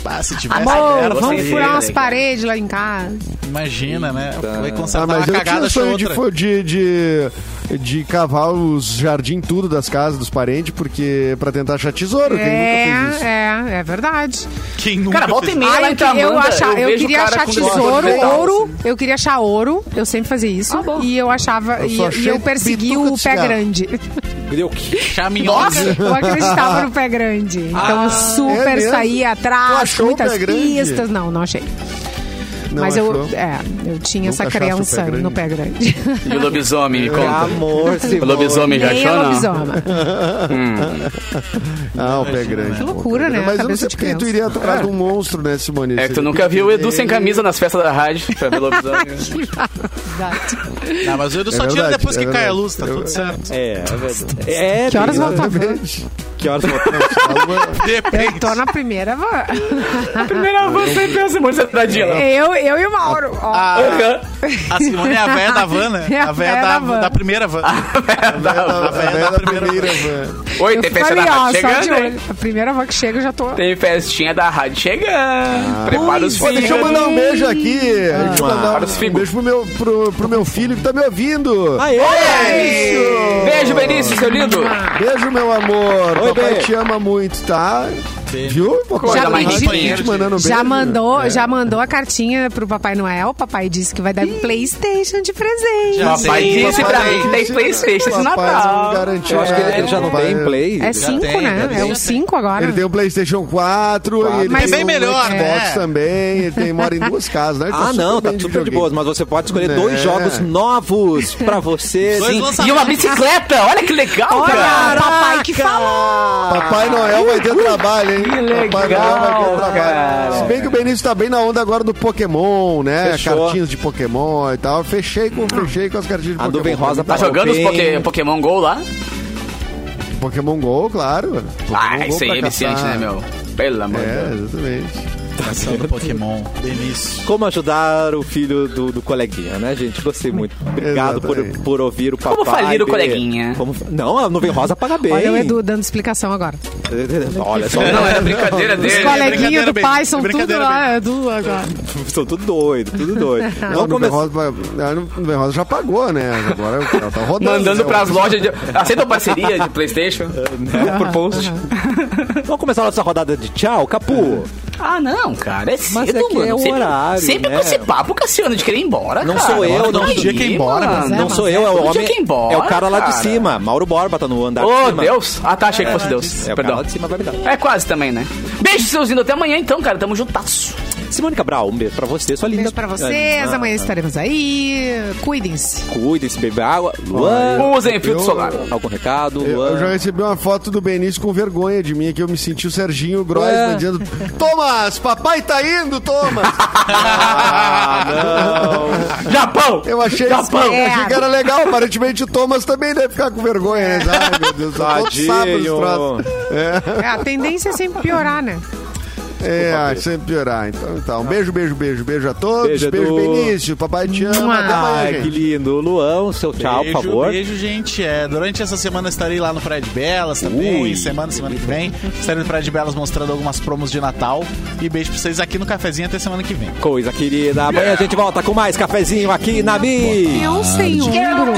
Ah, se tivesse
Amor,
grana,
vamos
você-
furar umas paredes lá em casa.
Imagina, né? Foi
Ah,
consertar
mas
uma
eu tinha
cagada,
o
achou
sonho de,
outra.
fo- de, de, de cavar os jardim tudo das casas dos parentes, porque pra tentar achar tesouro, quem nunca fez
É,
isso?
é, é verdade. Ah,
Quem nunca
Cara, volta
fez
e meia lá
eu,
em
que- eu,
Tamanda,
achar- eu
vejo o
queria
cara
achar
com
tesouro,
negócio de metal,
ouro.
assim.
Eu queria achar ouro. Eu sempre fazia isso. e eu achava.
Ah, Eu
e
só
eu, e
achei
eu persegui
bituca
o
de
pé
cigarro.
grande.
Deu que?
[LAUGHS]
Chaminhoca.
Eu acreditava no pé grande. Então eu
é
super
mesmo?
saí
Tu
atrás,
achou o
muitas
pé grande?
pistas. Não, não achei.
Não
Mas eu,
achou?
é, eu tinha essa
Nunca achasse o pé
crença
grande.
no pé grande.
E o
[LAUGHS]
lobisomem, me
Ah,
conta.
Amor,
O lobisomem já
[LAUGHS] Nem é
achou,
a
não?
lobisoma.
Ah, o pé grande. Que
loucura, né?
Mas eu não
Cabeça
sei
de
porque tu
criança.
iria atrás de um monstro, né, Simone?
É que tu nunca viu o Edu sem camisa nas festas da rádio pra
[LAUGHS]
ver lobisomem.
Não, mas o Edu só
É
tira
verdade,
depois
é
que cai a
verdade.
luz, tá
É
tudo
verdade.
certo.
É, é verdade. É,
Que horas
tem-
tá
volta?
Exatamente.
Que horas volta?
[LAUGHS]
É,
Depende.
Tô Então, na primeira van.
A primeira van sempre é a Simone Sentadinha lá.
Eu, eu e o Mauro. Ó.
Ah,
A Simone é a véia da van, né?
[LAUGHS] É a
A véia
véia
da,
da van. Ah.
da primeira van.
A velha da primeira van.
Oi,
eu
tem festa
falei,
da
ó,
rádio
só de
chegando. hein?
olho. A primeira van que chega, eu já tô.
Tem festinha da rádio
Ah.
chegando. Prepara os
Pô,
filhos.
deixa eu mandar um beijo aqui.
Ah,
Deixa eu mandar
para os
um,
figos.
beijo pro meu, pro, pro meu filho que tá me ouvindo.
Aê!
Beijo, Benício, seu lindo.
Ah,
Beijo, meu amor.
Oi,
Papai
Bê.
te ama muito, tá? Viu? Papai
Já
tá
pedi.
te mandando um beijo.
Já mandou, já mandou a cartinha pro Papai Noel. O papai disse que vai dar Playstation de presente.
Já
Papai
sei.
disse
tá
pra mim que tem Playstation esse
Papai não
Natal.
garantiu.
é Eu acho que ele, ele já não
Papai-
tem play.
É 5,
tem, já
né?
tem,
é
já
o 5 agora.
Ele tem um PlayStation 4, e ele
Mas
tem
bem
um
melhor,
Xbox
né?
também, ele tem, mora em duas casas, né? Ele
Ah,
super
não,
bem
tá super de
videogame.
boas, mas você pode escolher
Né?
dois jogos novos pra você.
Dois
Sim.
lançamentos.
E uma bicicleta, olha que legal,
Olha,
cara.
é papai que falou.
Papai Noel vai
Uh,
ter trabalho, hein? Papai Noel
legal,
vai ter
cara.
trabalho. Se bem que o Benício tá bem na onda agora do Pokémon, né?
Fechou.
Cartinhas de Pokémon e tal. Fechei com, fechei com as cartinhas de
A
Pokémon.
nuvem rosa
Tá
Papai
jogando os
Noel.
poké- Pokémon GO lá?
Pokémon GO, claro. Pokémon
Ah,
Go
isso aí
pra
é viciante,
caçar.
né, meu? Pelo amor de
É,
Deus.
exatamente.
Ação do Pokémon. Delícia.
Como ajudar o filho do, do coleguinha, né, gente? Gostei muito. Obrigado por,
Exatamente.
por ouvir o papai.
Como falir o
Bê.
coleguinha?
Como- Não, a nuvem rosa paga bem.
Olha o Edu dando explicação agora.
Olha só,
Não, era brincadeira dele.
Coleguinha
brincadeira,
do pai
bem.
são tudo
Brincadeira,
lá, Edu agora.
são tudo doido, tudo doido.
Não,
Vamos
no
começar.
Rosa, a Nuvem Rosa já pagou, né? Agora ela tá rodando.
Mandando
né?
pras lojas de. Aceitam parceria de Playstation?
né, por post. Vamos começar a nossa rodada de tchau, Capu.
Ah, não, cara. É cedo,
Mas é que
mano.
é o
sempre,
horário,
Sempre
né?
com esse papo, Cassiano, de querer ir embora,
Não
cara.
sou eu,
Olha
não.
aí,
Dia que ir embora,
mano.
Não
mas
sou eu, é o
Podia
homem.
que ir embora,
é o cara lá de
cara.
cima, Mauro Borba, tá no andar de
Ô,
cima.
Deus. Ah, tá. Achei que fosse Deus.
É o cara lá
Perdão.
de cima vai me dar.
É quase também, né? Beijo, seus lindos. Até amanhã, então, cara. Tamo juntasso.
Simone Cabral, um beijo pra você, sua linda. Ah,
Beijo pra vocês, amanhã estaremos aí. Cuidem-se.
Cuidem-se, bebam água. Luan,
Usem filtro
eu-
solar.
algum recado?
Eu, eu já
Luan.
recebi uma foto do Benício com vergonha de mim, que eu me senti o Serginho Groisman
Ué.
dizendo: Thomas, papai tá indo, Thomas!
Ah,
Japão!
Eu achei, eu
Japão!
achei que era legal, aparentemente o Thomas também deve ficar com vergonha, né? Ai, meu Deus, todos sabem os
Tadinho.
troços.
É, A tendência é sempre piorar, né?
É, ah, sempre piorar. Então, então, um beijo, beijo, beijo, beijo a todos.
Beijo,
Beijo,
Edu.
Benício. Papai te ama.
Mua.
Até amanhã,
Ai,
gente.
que lindo. Luan, seu
Tá,
tchau,
beijo,
por favor.
Beijo, gente. É, durante essa semana estarei lá no Praia de Belas também.
Ui.
Semana, semana que vem. Estarei no Praia de Belas mostrando algumas promos de Natal. E beijo pra vocês aqui no cafezinho até semana que vem.
Coisa querida. Amanhã a gente volta com mais cafezinho aqui na Mi.
Eu sei o ombro.